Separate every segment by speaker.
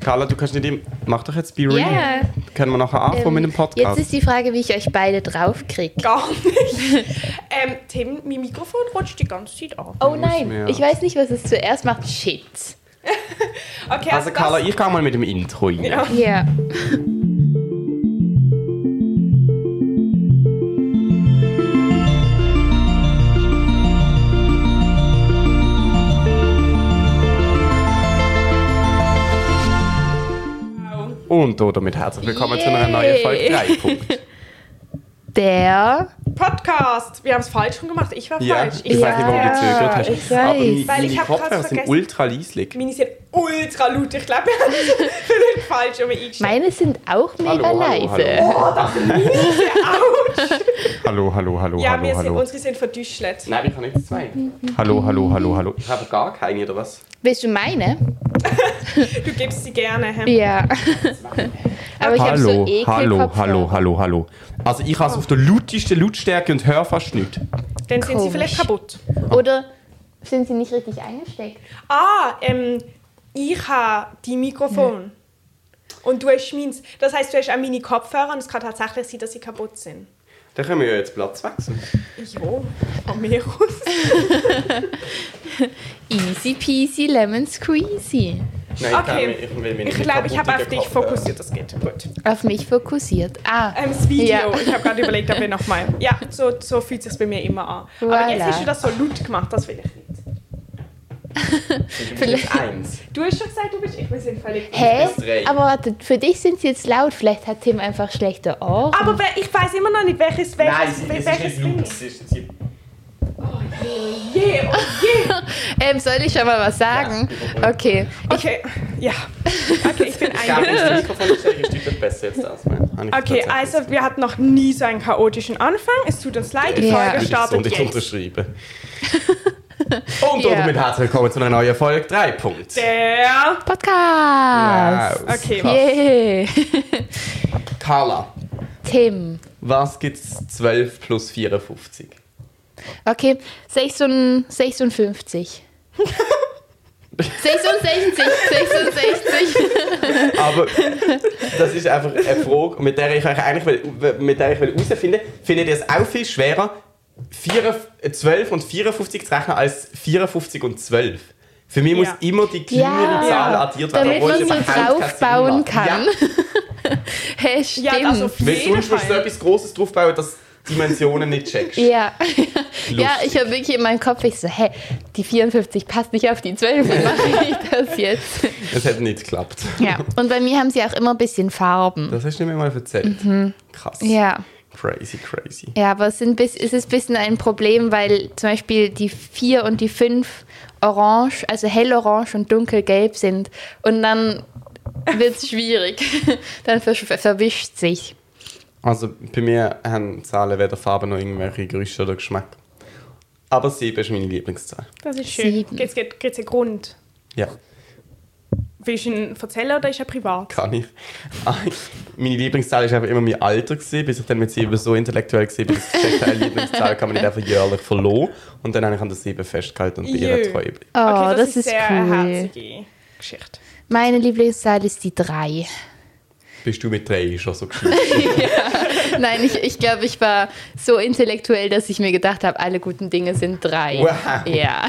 Speaker 1: Carla, du kannst nicht im. Mach doch jetzt Be Real.
Speaker 2: Ja.
Speaker 1: Können wir nachher anfangen mit dem Podcast?
Speaker 2: Ähm, Jetzt ist die Frage, wie ich euch beide draufkriege.
Speaker 3: Gar nicht. ähm, Tim, mein Mikrofon rutscht die ganze Zeit an.
Speaker 2: Oh
Speaker 1: mehr.
Speaker 2: nein, ich weiß nicht, was es zuerst macht. Shit.
Speaker 3: Okay,
Speaker 1: also,
Speaker 3: das-
Speaker 1: Carla, ich gehe mal mit dem Intro rein.
Speaker 3: Ja.
Speaker 2: Ja.
Speaker 1: Und damit herzlich willkommen zu einer neuen
Speaker 2: Yay.
Speaker 1: Folge 3. Punkt.
Speaker 2: Der.
Speaker 3: Podcast. Wir haben es falsch schon gemacht. Ich war
Speaker 1: Ja,
Speaker 3: falsch.
Speaker 1: ich weiß nicht, warum du
Speaker 2: Ja,
Speaker 1: gezögert hast.
Speaker 2: ich
Speaker 1: Aber
Speaker 2: weiß.
Speaker 1: meine-
Speaker 2: Weil
Speaker 3: ich
Speaker 1: meine
Speaker 3: hab grad
Speaker 1: Kopfhörer sind
Speaker 3: vergessen-
Speaker 1: ultra leislich.
Speaker 3: Meine sind ultra laut. Ich glaube, wir haben es vielleicht falsch um eingestellt.
Speaker 2: Meine sind auch mega
Speaker 1: Hallo, hallo,
Speaker 2: leise.
Speaker 3: Oh,
Speaker 1: Hallo, hallo, hallo,
Speaker 3: Ja,
Speaker 1: hallo,
Speaker 3: wir sind,
Speaker 1: hallo.
Speaker 3: unsere sind verdüschelt.
Speaker 1: Nein, ich habe nicht zwei. Hallo, hallo, hallo, hallo. Ich habe gar keine, oder was?
Speaker 2: Willst du meine?
Speaker 3: Du gibst sie gerne. hä?
Speaker 2: Ja. Aber Oh, ich habe so
Speaker 1: hallo,
Speaker 2: ekel
Speaker 1: hallo,
Speaker 2: Kopfhörer.
Speaker 1: hallo, hallo, hallo. Also ich habe es auf der lautesten Lautstärke und höre fast nichts.
Speaker 3: Dann sind sie
Speaker 2: Komisch.
Speaker 3: vielleicht kaputt.
Speaker 2: Oder sind sie nicht richtig eingesteckt?
Speaker 3: Ah, ähm, ich habe die Mikrofon. Und du hast meins. Das heißt, du hast auch meine Kopfhörer und es kann tatsächlich sein, dass sie kaputt sind.
Speaker 1: Dann können wir ja jetzt Platz wechseln.
Speaker 3: Jo, von mir aus.
Speaker 2: Easy peasy lemon squeezy.
Speaker 1: Nein,
Speaker 3: Okay.
Speaker 1: ich, kann mir- will mir nicht
Speaker 3: Ich glaube, ich habe auf
Speaker 1: kaputte
Speaker 3: dich
Speaker 1: Kopfhörer.
Speaker 3: fokussiert. Das geht gut.
Speaker 2: Auf mich fokussiert. Ah.
Speaker 3: Ähm, das Video.
Speaker 2: Ja.
Speaker 3: Ich habe gerade überlegt, ob wir nochmal. Ja, so, so fühlt es sich bei mir immer an. Aber jetzt
Speaker 2: Voilà.
Speaker 3: hast du das so laut gemacht, das will ich nicht.
Speaker 1: Vielleicht eins.
Speaker 3: Du hast schon gesagt, du bist ich. Wir sind völlig.
Speaker 2: Hä?
Speaker 1: Bis drei.
Speaker 2: Aber warte, für dich sind sie jetzt laut. Vielleicht hat Tim einfach schlechte Ohren.
Speaker 3: Aber wer- ich weiß immer noch nicht, welches welches, welches bin ich.
Speaker 1: ist nicht
Speaker 3: Yeah, oh yeah.
Speaker 2: Ähm, soll ich schon mal was sagen?
Speaker 1: Ja.
Speaker 2: Okay.
Speaker 3: Okay, ja. Okay, ich bin eingeschränkt.
Speaker 1: das Mikrofon ist eigentlich deutlich besser jetzt als mein. Habe ich
Speaker 3: Okay,
Speaker 1: tatsächlich.
Speaker 3: also wir hatten noch nie so einen chaotischen Anfang. Es tut uns leid, die
Speaker 2: Ja.
Speaker 1: Würde
Speaker 3: Folge
Speaker 1: ich so
Speaker 3: startet
Speaker 1: nicht
Speaker 3: jetzt.
Speaker 1: unterschreiben. Und
Speaker 2: Ja.
Speaker 1: damit herzlich willkommen zu einer neuen Folge 3. Punkt.
Speaker 3: Der
Speaker 2: Podcast.
Speaker 1: Wow.
Speaker 3: Okay.
Speaker 1: Krass.
Speaker 2: Yay.
Speaker 1: Carla,
Speaker 2: Tim.
Speaker 1: was gibt's 12 plus 54?
Speaker 2: Okay, 56. 66, 66.
Speaker 1: Aber das ist einfach eine Frage, mit der ich euch eigentlich will, mit der ich will herausfinden will. Findet ihr es auch viel schwerer, 4, 12 und 54 zu rechnen, als 54 und 12? Für mich muss
Speaker 3: Ja.
Speaker 1: immer die kleinere
Speaker 2: Ja.
Speaker 1: Zahl addiert werden,
Speaker 2: Damit
Speaker 1: obwohl
Speaker 2: man
Speaker 1: es
Speaker 2: so
Speaker 1: überhaupt keinen Sinn
Speaker 2: draufbauen
Speaker 1: macht.
Speaker 2: kann.
Speaker 1: Ja,
Speaker 2: Hä, stimmt.
Speaker 3: Ja, das auf
Speaker 1: weil
Speaker 3: jeden
Speaker 1: sonst musst du so
Speaker 3: Fall.
Speaker 1: etwas Grosses draufbauen, dass du Dimensionen nicht checkst.
Speaker 2: Ja. ja, ich habe wirklich in meinem Kopf, ich so, hä, die 54 passt nicht auf die 12, wie mache ich das jetzt?
Speaker 1: Das hat nicht geklappt.
Speaker 2: Ja, und bei mir haben sie auch immer ein bisschen Farben.
Speaker 1: Das hast du mir mal erzählt. Krass.
Speaker 2: Mhm. Ja,
Speaker 1: Crazy, crazy.
Speaker 2: ja aber es, sind bis, es ist ein bisschen ein Problem, weil zum Beispiel die 4 und die 5 orange, also hellorange und dunkelgelb sind. Und dann wird es schwierig. dann versch- verwischt sich.
Speaker 1: Also bei mir haben Zahlen weder Farbe noch irgendwelche Gerüche oder Geschmack. Aber 7 ist meine Lieblingszahl.
Speaker 3: Das ist schön.
Speaker 2: Sieben.
Speaker 3: Jetzt geht es einen Grund.
Speaker 1: Ja,
Speaker 3: Willst du ihn erzählen oder ist er privat?
Speaker 1: kann ich. meine Lieblingszahl war einfach immer mein Alter, gewesen, bis ich dann mit 7 so intellektuell war, dass ich gecheckt habe, eine Lieblingszahl kann man nicht einfach jährlich verloren. Und dann habe ich an der 7 festgehalten und bei ihr
Speaker 3: Jö.
Speaker 1: treu geblieben.
Speaker 2: Oh, das, ist,
Speaker 3: sehr eine
Speaker 2: cool.
Speaker 3: herzige Geschichte.
Speaker 2: Meine Lieblingszahl ist die 3.
Speaker 1: Bist du mit 3 schon so geschult?
Speaker 2: Nein, ich, ich glaube, ich war so intellektuell, dass ich mir gedacht habe, alle guten Dinge sind drei.
Speaker 1: Wow.
Speaker 2: Ja.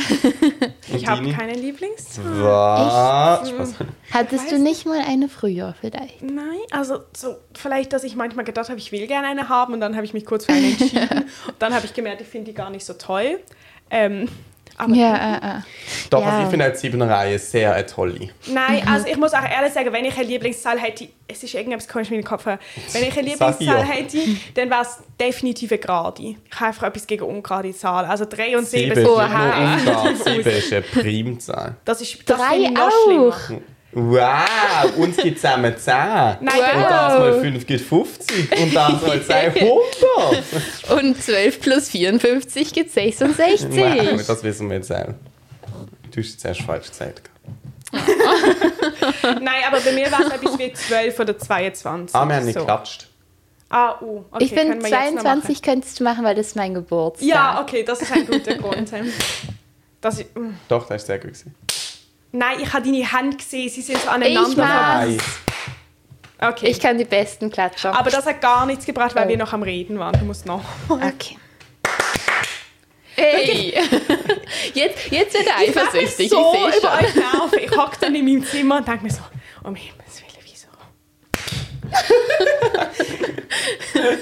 Speaker 3: Ich habe keine Lieblingszahl.
Speaker 1: Was? Spaß.
Speaker 2: Hattest du
Speaker 3: Weiß-
Speaker 2: nicht mal eine früher vielleicht?
Speaker 3: Nein, also so vielleicht, dass ich manchmal gedacht habe, ich will gerne eine haben und dann habe ich mich kurz für eine entschieden. und dann habe ich gemerkt, ich finde die gar nicht so toll. Ähm, aber
Speaker 2: Ja, äh, äh.
Speaker 1: Doch,
Speaker 2: Ja.
Speaker 1: also ich finde halt 7 Reihe sehr eine tolle.
Speaker 3: Nein,
Speaker 2: Mhm.
Speaker 3: also ich muss auch ehrlich sagen, wenn ich eine Lieblingszahl hätte, es ist irgendetwas komisch mit dem Kopf. Wenn ich eine
Speaker 1: Sag ja.
Speaker 3: Lieblingszahl hätte, dann wäre es definitiv eine gerade. Ich habe einfach etwas gegen ungerade Zahlen. Also 3 und 7
Speaker 1: 7 ist nicht
Speaker 3: sind
Speaker 1: nur
Speaker 2: Oha.
Speaker 1: ungerade, 7 ist eine Primzahl.
Speaker 3: Das ist das
Speaker 2: Drei
Speaker 3: finde ich noch
Speaker 2: auch.
Speaker 3: schlimmer.
Speaker 1: Wow, uns gibt zusammen 10.
Speaker 3: Nein,
Speaker 2: Wow.
Speaker 1: Und
Speaker 3: wow.
Speaker 1: das mal 5 gibt 50 und das mal 200.
Speaker 2: Und 12 plus 54 gibt 66.
Speaker 1: Wow, das wissen wir jetzt auch. Du hast jetzt erst falsch gesagt.
Speaker 3: nein, aber bei mir war es etwas wie 12 oder 22.
Speaker 1: Ah, wir haben nicht
Speaker 3: So.
Speaker 1: geklatscht.
Speaker 3: Ah, oh, okay,
Speaker 2: ich bin
Speaker 3: können wir jetzt noch machen.
Speaker 2: 22, könntest du machen, weil das ist mein Geburtstag.
Speaker 3: Ja, okay, das ist ein guter Grund. Das ist,
Speaker 1: Doch, das ist sehr gut. Gewesen.
Speaker 3: Nein, ich habe deine Hände gesehen, sie sind so
Speaker 2: Ich
Speaker 3: aneinander.
Speaker 2: mag-
Speaker 1: Nein.
Speaker 3: ver- okay.
Speaker 2: Ich kann die besten Klatscher.
Speaker 3: Aber das hat gar nichts gebracht, weil
Speaker 2: Oh.
Speaker 3: wir noch am Reden waren. Du musst noch.
Speaker 2: okay. Hey! Jetzt, jetzt wird er eifersüchtig.
Speaker 3: Ich so
Speaker 2: ich sehe
Speaker 3: über
Speaker 2: schon.
Speaker 3: euch nerven. Ich hocke dann in meinem Zimmer und denke mir so, um Himmels Willen, wieso?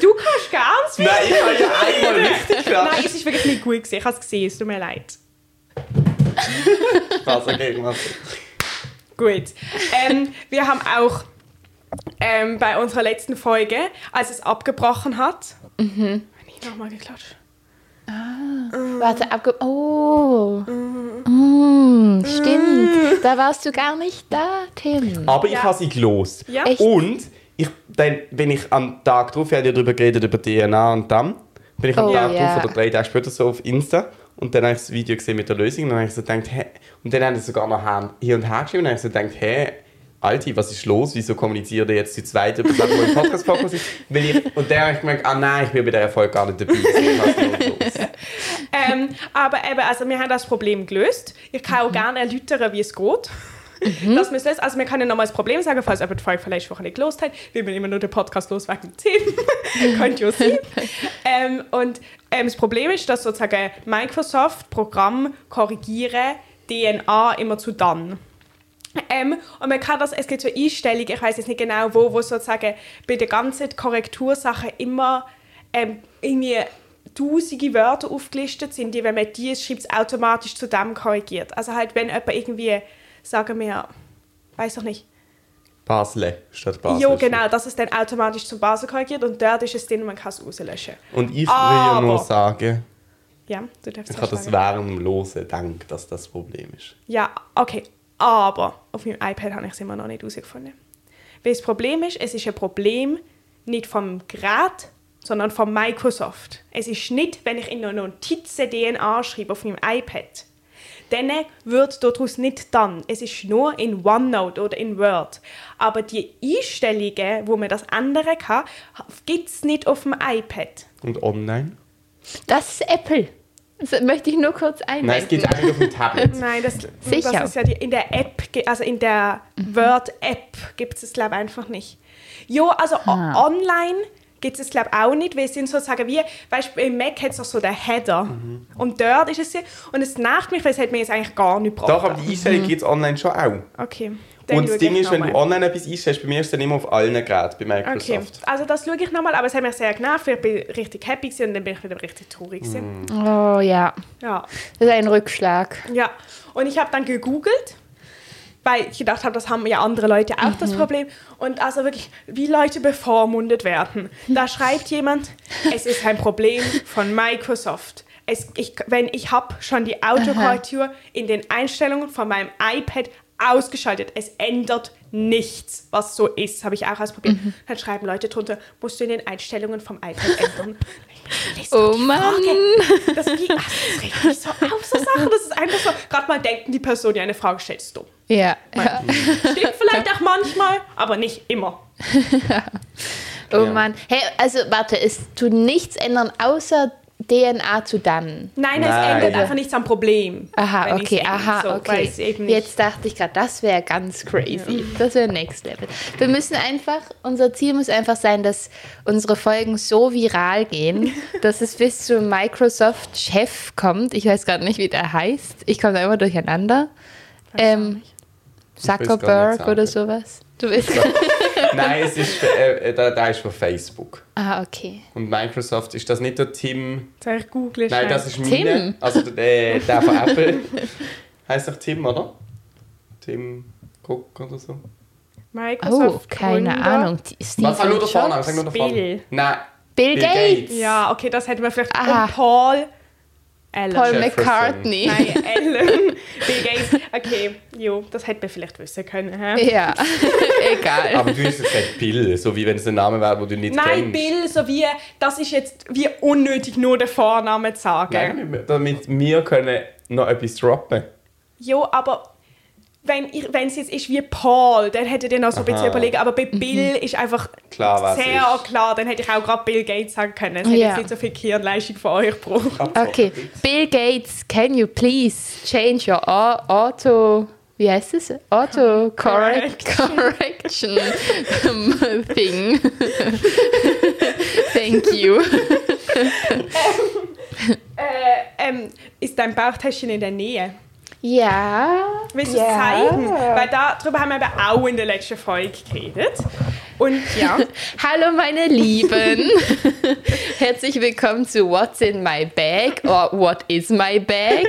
Speaker 3: du kannst ganz viel.
Speaker 1: Nein, ich habe ja einmal richtig
Speaker 3: Nein,
Speaker 1: klar.
Speaker 3: es ist wirklich nicht gut gewesen. Ich habe es gesehen, es tut mir leid.
Speaker 1: Spaß, okay, ich mach's.
Speaker 3: Gut. Ähm, wir haben auch ähm, bei unserer letzten Folge, als es abgebrochen hat, Wenn ich nochmal geklatscht.
Speaker 2: Warte, abge... Oh.
Speaker 3: Mhm.
Speaker 2: Mm, stimmt. Da warst du gar nicht da, Tim.
Speaker 1: Aber ich
Speaker 3: Ja.
Speaker 1: habe sie gelost.
Speaker 3: Ja.
Speaker 2: Echt?
Speaker 1: Und ich, dann bin ich am Tag drauf, wir haben ja darüber geredet, über DNA und Damm, bin ich am
Speaker 2: Oh,
Speaker 1: Tag
Speaker 2: ja.
Speaker 1: drauf oder drei Tage später so auf Insta und dann habe ich das Video gesehen mit der Lösung und dann habe ich so gedacht, hä? Und dann haben sie sogar noch Hand- hier und her geschrieben und dann habe ich so gedacht, hä? Alti, was ist los? Wieso kommunizieren die jetzt die zweite über Sachen, die im Podcast vorkommen sind? Weil ich, und dann habe ich gemerkt, ah nein, ich bin bei der Erfolg gar nicht dabei. So, ich hab's nur gelost.
Speaker 3: Ähm, aber eben, also wir haben das Problem gelöst. Ich kann auch gerne erläutern, wie es geht. Das müssen wir jetzt, also wir können nochmal das Problem sagen, falls jemand die Folge vielleicht Woche nicht gelost hat. Wir müssen immer nur den Podcast los wegen dem Tim. Könnt ihr sehen. ähm, und ähm, das Problem ist, dass sozusagen Microsoft Programm korrigieren DNA immer zu dann. Ähm, und man kann das, es gibt so Einstellungen, ich weiß jetzt nicht genau wo, wo sozusagen bei der ganzen Korrektursache immer ähm, irgendwie tausende Wörter aufgelistet sind, die, wenn man die schreibt, es automatisch zu dem korrigiert. Also halt, wenn jemand irgendwie, sagen wir, weiß doch nicht,
Speaker 1: Basel statt Basel.
Speaker 3: jo genau, das ist dann automatisch zum Basel korrigiert und dort ist es drin, man kann es auslöschen.
Speaker 1: Und ich will ja nur
Speaker 3: Aber-
Speaker 1: sagen,
Speaker 3: Ja, du darfst
Speaker 1: ich habe das
Speaker 3: sagen.
Speaker 1: während dem Losen gedacht, dass das das Problem ist.
Speaker 3: Ja, okay. Aber auf meinem iPad habe ich es immer noch nicht herausgefunden. Weil das Problem ist, es ist ein Problem nicht vom Gerät, sondern von Microsoft. Es ist nicht, wenn ich in einer Notiz DNA schreibe auf meinem iPad. Dann wird daraus nicht dann. Es ist nur in OneNote oder in Word. Aber die Einstellungen, wo man das ändern kann, gibt es nicht auf dem iPad.
Speaker 1: Und online?
Speaker 2: Das ist Apple. Das möchte ich nur kurz einwenden.
Speaker 1: Nein, es geht einfach auf dem Tablet.
Speaker 3: Nein, das,
Speaker 2: Sicher.
Speaker 3: das ist ja die, in der App, ge- also in der Word-App gibt es es, glaube ich, einfach nicht. Jo, also o- online gibt es es, glaube ich, auch nicht, weil es sind sozusagen wie, weißt du, im Mac hat es doch so den Header.
Speaker 1: Mhm.
Speaker 3: Und dort ist es ja, und es nervt mich, weil es hat mir jetzt eigentlich gar nicht gebracht.
Speaker 1: Doch, aber die Einstellung gibt es online schon auch.
Speaker 3: okay. dann
Speaker 1: Und
Speaker 3: schaue
Speaker 1: das Ding
Speaker 3: ich
Speaker 1: ist, wenn du
Speaker 3: nochmal.
Speaker 1: online etwas einstellst, bei mir ist es dann immer auf allen Geräten bei
Speaker 3: Okay,
Speaker 1: Microsoft.
Speaker 3: also das schaue ich nochmal, aber es hat mich sehr genervt, weil ich bin richtig happy gewesen und dann bin ich wieder richtig traurig gewesen.
Speaker 1: Mhm.
Speaker 2: Oh ja.
Speaker 3: Ja.
Speaker 2: Das ist ein Rückschlag.
Speaker 3: Ja, und ich habe dann gegoogelt, weil ich gedacht habe, das haben ja andere Leute auch das Problem. Und also wirklich, wie Leute bevormundet werden. Da schreibt jemand, es ist ein Problem von Microsoft. Es, ich, wenn ich habe schon die Autokorrektur in den Einstellungen von meinem iPad ausgeschaltet. Es ändert nichts, was so ist. Habe ich auch ausprobiert. Dann schreiben Leute drunter, musst du in den Einstellungen vom iPad ändern. Ich lese
Speaker 2: Oh
Speaker 3: die
Speaker 2: Mann.
Speaker 3: Frage. Das, ging, ach, das regt mich so auf, so Sachen. Das ist einfach so, gerade mal denken, die Person, die eine Frage stellt, ist dumm.
Speaker 2: Ja. ja.
Speaker 3: Stimmt vielleicht auch manchmal, aber nicht immer.
Speaker 2: Oh
Speaker 1: Ja.
Speaker 2: Mann. Hey, also warte, es tut nichts ändern, außer DNA zu dann.
Speaker 3: Nein,
Speaker 1: Nein.
Speaker 3: es ändert einfach nichts am Problem.
Speaker 2: Aha,
Speaker 3: wenn ich's
Speaker 2: okay,
Speaker 3: eben
Speaker 2: aha,
Speaker 3: so, weil
Speaker 2: okay.
Speaker 3: ich's Eben nicht,
Speaker 2: Jetzt dachte ich gerade, das wäre ganz crazy. Das wäre Next Level. Wir müssen einfach, unser Ziel muss einfach sein, dass unsere Folgen so viral gehen, dass es bis zum Microsoft-Chef kommt. Ich weiß gerade nicht, wie der heißt. Ich komme da immer durcheinander. Ähm, Zuckerberg
Speaker 1: sagen.
Speaker 2: oder sowas. Du bist.
Speaker 1: Nein, es ist, äh, äh, der, der ist von Facebook.
Speaker 2: ah, okay.
Speaker 1: Und Microsoft, ist das nicht der Tim?
Speaker 3: Soll ich googeln?
Speaker 1: Nein,
Speaker 3: schnell?
Speaker 1: das ist
Speaker 2: Tim.
Speaker 1: meine. Also der, der von Apple. heißt doch Tim, oder? Tim Cook oder so.
Speaker 2: Oh,
Speaker 3: Microsoft
Speaker 2: keine
Speaker 3: Gründer.
Speaker 2: Ahnung. Die- Steve
Speaker 1: Was, sag nur der Vorname,
Speaker 2: Jobs?
Speaker 1: sag nur der Vorname.
Speaker 3: Bill.
Speaker 1: Nein.
Speaker 2: Bill Gates.
Speaker 3: Ja, okay, das hätten wir vielleicht.
Speaker 2: Aha.
Speaker 3: Und Paul Allen.
Speaker 2: Paul
Speaker 1: Jefferson.
Speaker 2: McCartney.
Speaker 3: Nein, Allen. Bill Gates. Okay, jo, das hätten wir vielleicht wissen können. Hä?
Speaker 2: Ja, egal.
Speaker 1: Aber du hast jetzt gesagt Bill, so wie wenn es ein Name wäre, den du nicht
Speaker 3: Nein,
Speaker 1: kennst.
Speaker 3: Bill, so wie, das ist jetzt wie unnötig, nur den Vornamen zu sagen.
Speaker 1: Nein, wir- damit wir können noch etwas droppen
Speaker 3: Jo, aber wenn es jetzt ist wie Paul, dann hätte ich noch so ein bisschen
Speaker 1: Aha.
Speaker 3: überlegen. Aber
Speaker 2: Mhm.
Speaker 3: bei Bill ist einfach
Speaker 1: Klar, was
Speaker 3: sehr
Speaker 1: ist.
Speaker 3: klar. Dann hätte ich auch gerade Bill Gates sagen können. Es hätte
Speaker 2: Ja.
Speaker 3: jetzt nicht so viel Gehirnleistung von euch
Speaker 1: Ah.
Speaker 3: gebraucht.
Speaker 1: können.
Speaker 2: Okay, Bill Gates, can you please change your au- auto? Wie wie heißt es? Auto correction thing. Thank you.
Speaker 3: Äh, ähm, ist dein Bauchtäschchen in der Nähe?
Speaker 2: Ja.
Speaker 3: Willst du es
Speaker 2: ja.
Speaker 3: zeigen? Weil darüber haben wir eben auch in der letzten Folge geredet. Und ja,
Speaker 2: Hallo meine Lieben. Herzlich willkommen zu What's in my bag or What is my bag?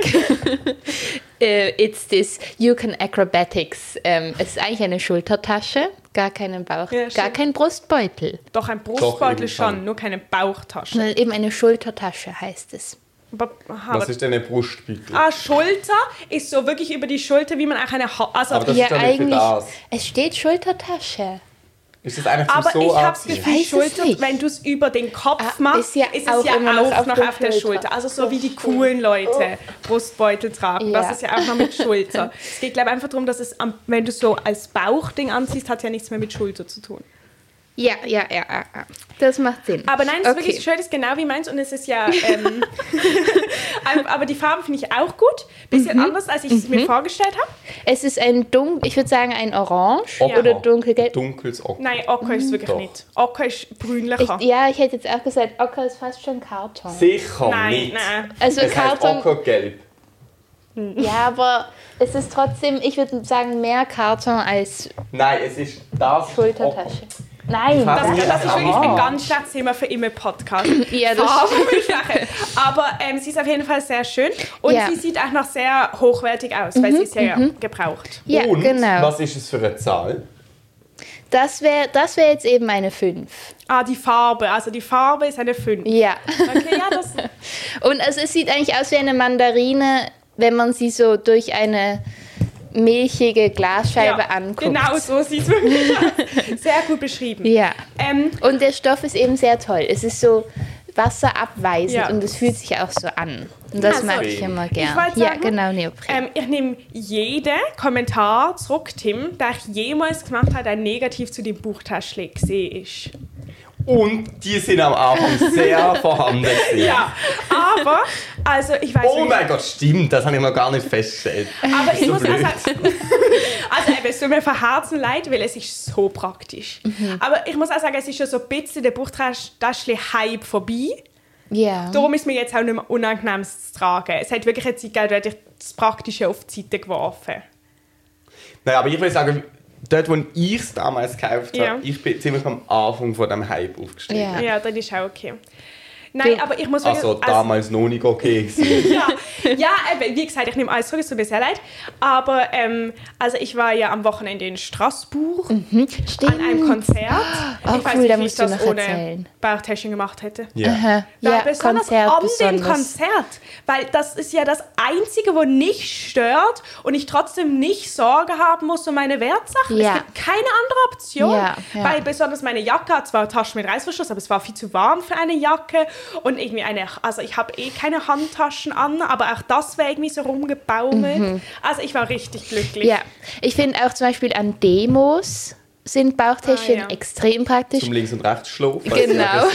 Speaker 2: Äh, it's this Yukon Acrobatics. Ähm, es ist eigentlich eine Schultertasche, gar keinen Bauch,
Speaker 3: Ja,
Speaker 2: gar
Speaker 3: stimmt.
Speaker 2: kein Brustbeutel.
Speaker 3: doch ein
Speaker 1: Doch,
Speaker 3: Brustbeutel
Speaker 1: eben
Speaker 3: schon,
Speaker 1: schon.
Speaker 3: nur keine Bauchtasche.
Speaker 2: Sondern eben eine Schultertasche heißt es.
Speaker 3: Aber, aha,
Speaker 1: Was
Speaker 3: aber,
Speaker 1: ist denn eine Brustbeutel?
Speaker 3: ah, Schulter ist so wirklich über die Schulter, wie man auch eine ha also
Speaker 1: Aber Das
Speaker 2: ja,
Speaker 1: ist doch nicht für
Speaker 2: eigentlich.
Speaker 1: das.
Speaker 2: Es steht Schultertasche.
Speaker 1: Ist das einfach
Speaker 3: Aber
Speaker 1: zum so
Speaker 3: ich habe das
Speaker 1: anziehen?
Speaker 3: Gefühl,
Speaker 2: Ich weiß es
Speaker 3: Schulter,
Speaker 2: nicht.
Speaker 3: wenn du es über den Kopf
Speaker 2: Ah,
Speaker 3: machst,
Speaker 2: ist ja
Speaker 3: ist es
Speaker 2: auch
Speaker 3: ja
Speaker 2: immer noch
Speaker 3: auch
Speaker 2: auf
Speaker 3: noch
Speaker 2: der
Speaker 3: auf der
Speaker 2: Schulter.
Speaker 3: Schulter. Also so
Speaker 2: Das
Speaker 3: wie die
Speaker 2: stimmt.
Speaker 3: coolen Leute Brustbeutel tragen.
Speaker 2: Ja.
Speaker 3: Das ist ja auch noch mit Schulter. es geht, glaube ich, einfach darum, dass es, am, wenn du es so als Bauchding anziehst, hat ja nichts mehr mit Schulter zu tun.
Speaker 2: Ja, ja, ja, ja, ja. Das macht Sinn.
Speaker 3: Aber nein, es ist
Speaker 2: Okay.
Speaker 3: wirklich schön, es ist genau wie meins und es ist ja. Ähm, aber- aber die Farben finde ich auch gut. Bisschen
Speaker 2: Mhm.
Speaker 3: anders, als ich es mir vorgestellt habe.
Speaker 2: Es ist ein dunkel, ich würde sagen ein Orange
Speaker 1: Ocker.
Speaker 2: oder dunkelgelb.
Speaker 1: Dunkles Ocker.
Speaker 3: Nein, Ocker ist es wirklich
Speaker 1: Doch.
Speaker 3: nicht. Ocker ist brünlicher.
Speaker 2: Ich, Mhm. ja, ich hätte jetzt auch gesagt, Ocker ist fast schon Karton.
Speaker 1: Sicher
Speaker 3: nein,
Speaker 1: nicht.
Speaker 3: nein.
Speaker 2: also
Speaker 1: Es heißt
Speaker 2: Karton,
Speaker 1: Ockergelb.
Speaker 2: ja, aber es ist trotzdem, ich würde sagen, mehr Karton als
Speaker 1: Nein, es ist das
Speaker 2: Schultertasche. Nein,
Speaker 1: Farbe-
Speaker 3: Oh. Das,
Speaker 1: Ja,
Speaker 3: das ist wirklich ein
Speaker 1: orange.
Speaker 3: ganz schlechtes Thema für immer Podcast.
Speaker 2: ja, das
Speaker 3: Farben und Sachen. Aber ähm, sie ist auf jeden Fall sehr schön und
Speaker 2: Ja. Mhm,
Speaker 3: sie sieht auch noch sehr hochwertig aus, weil sie ist ja gebraucht.
Speaker 2: ja,
Speaker 1: Und
Speaker 2: genau.
Speaker 1: was ist es für eine Zahl?
Speaker 2: Das wäre das wär jetzt eben eine 5.
Speaker 3: Ah, die Farbe, also die Farbe ist eine 5.
Speaker 2: Ja.
Speaker 3: Okay, ja, das,
Speaker 2: Und also es sieht eigentlich aus wie eine Mandarine, wenn man sie so durch eine milchige Glasscheibe
Speaker 3: ja,
Speaker 2: anguckt.
Speaker 3: Genau so sieht es wirklich aus. Sehr gut beschrieben.
Speaker 2: Ja.
Speaker 3: Ähm,
Speaker 2: Und der Stoff ist eben sehr toll. Es ist so wasserabweisend
Speaker 3: Ja.
Speaker 2: und es fühlt sich auch so an. Und das
Speaker 3: Also,
Speaker 2: mag ich immer gern.
Speaker 3: wollte
Speaker 2: ja,
Speaker 3: sagen,
Speaker 2: genau, Neopren.
Speaker 3: ähm, ich nehme jeden Kommentar zurück, Tim, der ich jemals gemacht habe, der negativ zu dem Buchtaschläg gesehen ist.
Speaker 1: Und die sind am Anfang sehr vorhanden. gewesen.
Speaker 3: Ja, aber, also ich weiß
Speaker 1: Oh
Speaker 3: wirklich-
Speaker 1: mein Gott, stimmt, das habe ich noch gar nicht festgestellt.
Speaker 3: Aber ich
Speaker 1: So
Speaker 3: muss auch
Speaker 1: blöd.
Speaker 3: sagen, also eben, es tut mir von Herzen leid, weil es ist so praktisch.
Speaker 2: Mhm.
Speaker 3: Aber ich muss auch sagen, es ist schon so ein bisschen der Buchtaschli-Hype vorbei. äh,
Speaker 2: ja.
Speaker 3: Darum ist mir jetzt auch nicht mehr unangenehm es zu tragen. Es hat wirklich eine Zeit gegeben, da hätte ich das Praktische auf die Seite geworfen.
Speaker 1: Nein, aber ich will sagen, dort, wo ich es damals gekauft
Speaker 3: Ja.
Speaker 1: habe, ich bin ziemlich am Anfang von dem Hype aufgestiegen.
Speaker 2: Ja.
Speaker 3: Ja, dann ist auch okay. Nein,
Speaker 2: Du-
Speaker 3: aber ich muss wirklich...
Speaker 1: Also damals noch nicht okay. gewesen.
Speaker 3: ja, ja, eben, wie gesagt, ich nehme alles zurück, es tut mir sehr leid. Aber ähm, also ich war ja am Wochenende in Straßburg an einem Konzert.
Speaker 2: Oh,
Speaker 3: ich weiß
Speaker 2: Mhm. cool, da
Speaker 3: nicht, wie ich
Speaker 2: musst du
Speaker 3: das
Speaker 2: noch
Speaker 3: ohne
Speaker 2: erzählen.
Speaker 3: Bauchtäschchen gemacht hätte.
Speaker 1: Ja.
Speaker 2: Ja,
Speaker 3: besonders um
Speaker 2: Konzert
Speaker 3: an dem
Speaker 2: besonders.
Speaker 3: Konzert. Weil das ist ja das Einzige, wo nicht stört und ich trotzdem nicht Sorge haben muss um meine Wertsachen.
Speaker 2: Ja.
Speaker 3: Es gibt keine andere Option.
Speaker 2: Ja, ja.
Speaker 3: Weil besonders meine Jacke hat zwar Taschen mit Reißverschluss, aber es war viel zu warm für eine Jacke und irgendwie eine, also ich habe eh keine Handtaschen an, aber auch das wäre irgendwie so rumgebaumelt. Also ich war richtig glücklich.
Speaker 2: Mhm. ja. Ich finde auch zum Beispiel an Demos sind Bauchtäschchen
Speaker 3: Ah, ja.
Speaker 2: extrem praktisch.
Speaker 1: Zum Links- und Rechtsschlaufen.
Speaker 2: Genau.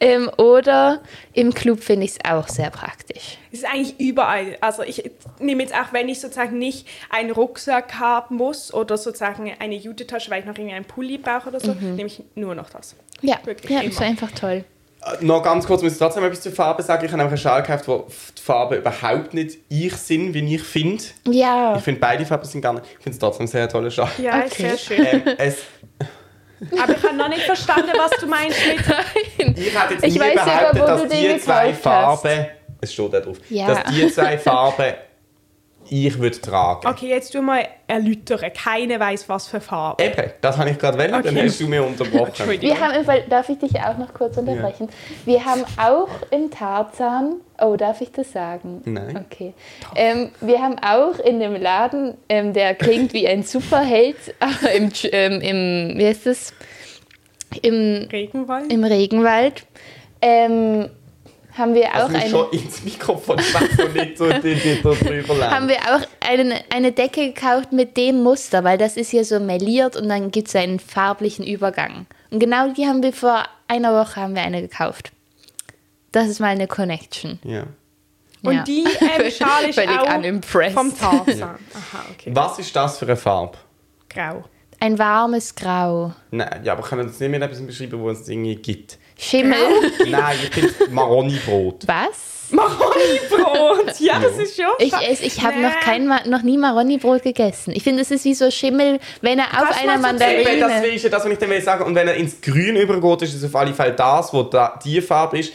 Speaker 2: ähm, oder im Club finde ich es auch sehr praktisch.
Speaker 3: Es ist eigentlich überall. Also ich nehme jetzt auch, wenn ich sozusagen nicht einen Rucksack haben muss oder sozusagen eine Jutetasche, weil ich noch irgendwie einen Pulli brauche oder so,
Speaker 2: Mhm.
Speaker 3: nehme ich nur noch das.
Speaker 2: Ja,
Speaker 3: Wirklich
Speaker 2: ja
Speaker 3: immer.
Speaker 2: ist einfach toll.
Speaker 1: Äh, Noch ganz kurz muss ich trotzdem etwas zur Farbe sagen. Ich habe nämlich einen Schal gekauft, wo f- die Farben überhaupt nicht ich sind, wie ich finde.
Speaker 2: Ja.
Speaker 1: Ich finde beide Farben sind gar nicht. Ich finde es trotzdem ein sehr toller Schal.
Speaker 3: Ja,
Speaker 2: Okay.
Speaker 3: ist sehr schön.
Speaker 1: Ähm, es,
Speaker 3: Aber ich habe noch nicht verstanden, was du meinst mit
Speaker 1: ich hätte jetzt
Speaker 2: Ich
Speaker 1: nie
Speaker 2: weiß sogar,
Speaker 1: behauptet,
Speaker 2: wo
Speaker 1: dass
Speaker 2: du den
Speaker 1: die zwei
Speaker 2: gekauft hast.
Speaker 1: Farben. Es steht da drauf.
Speaker 2: Ja.
Speaker 1: Dass die zwei Farben ich würde tragen.
Speaker 3: Okay, jetzt tu mal erläutern. Keiner weiß, was für Farbe.
Speaker 1: Eben, das habe ich gerade wollen, dann
Speaker 3: Okay.
Speaker 1: hast du mir unterbrochen.
Speaker 3: Entschuldigung.
Speaker 2: Wir haben im Fall, darf ich dich auch noch kurz unterbrechen? Wir haben auch im Tarzan, oh, darf ich das sagen?
Speaker 1: Nein.
Speaker 2: Okay. Ähm, wir haben auch in dem Laden, ähm, der klingt wie ein Superheld, aber im, Dsch- ähm, im wie heißt das? Im,
Speaker 3: Regenwald?
Speaker 2: im Regenwald, ähm, haben wir auch
Speaker 1: Lass mich
Speaker 2: eine,
Speaker 1: Also schon ins Mikrofon schwätzen und nicht so die- die- so drüber lernen.
Speaker 2: haben wir auch eine, eine Decke gekauft mit dem Muster, weil das ist hier so meliert und dann gibt es einen farblichen Übergang. Und genau die haben wir vor einer Woche haben wir eine gekauft. Das ist mal eine Connection.
Speaker 1: Ja.
Speaker 3: Und
Speaker 2: Ja.
Speaker 3: die ähm, Schale ist
Speaker 2: Völlig
Speaker 3: auch
Speaker 2: unimpressed.
Speaker 3: vom Tarzan. Aha, okay.
Speaker 1: Was ist das für eine Farbe?
Speaker 3: Grau.
Speaker 2: Ein warmes Grau.
Speaker 1: Nein, ja, aber können wir uns nicht mehr etwas beschreiben, wo es Dinge gibt?
Speaker 2: Schimmel.
Speaker 1: Nein, ich finde Maroni-Brot.
Speaker 2: Was?
Speaker 3: Mahoni-Brot. Ja, das ist schon
Speaker 2: Ich,
Speaker 3: scha-
Speaker 2: esse- ich habe
Speaker 3: Nee.
Speaker 2: noch, kein, Ma- noch nie Maroni-Brot gegessen. Ich finde, es ist wie so Schimmel, wenn er auf
Speaker 3: Pass mal
Speaker 2: einer
Speaker 3: zu Zwiebeln,
Speaker 1: Eben, das
Speaker 2: Mandarine...
Speaker 1: ist ja das, was ich dann sagen will. Und wenn er ins Grün übergeht, ist es auf alle Fälle das, wo da, die Farbe ist.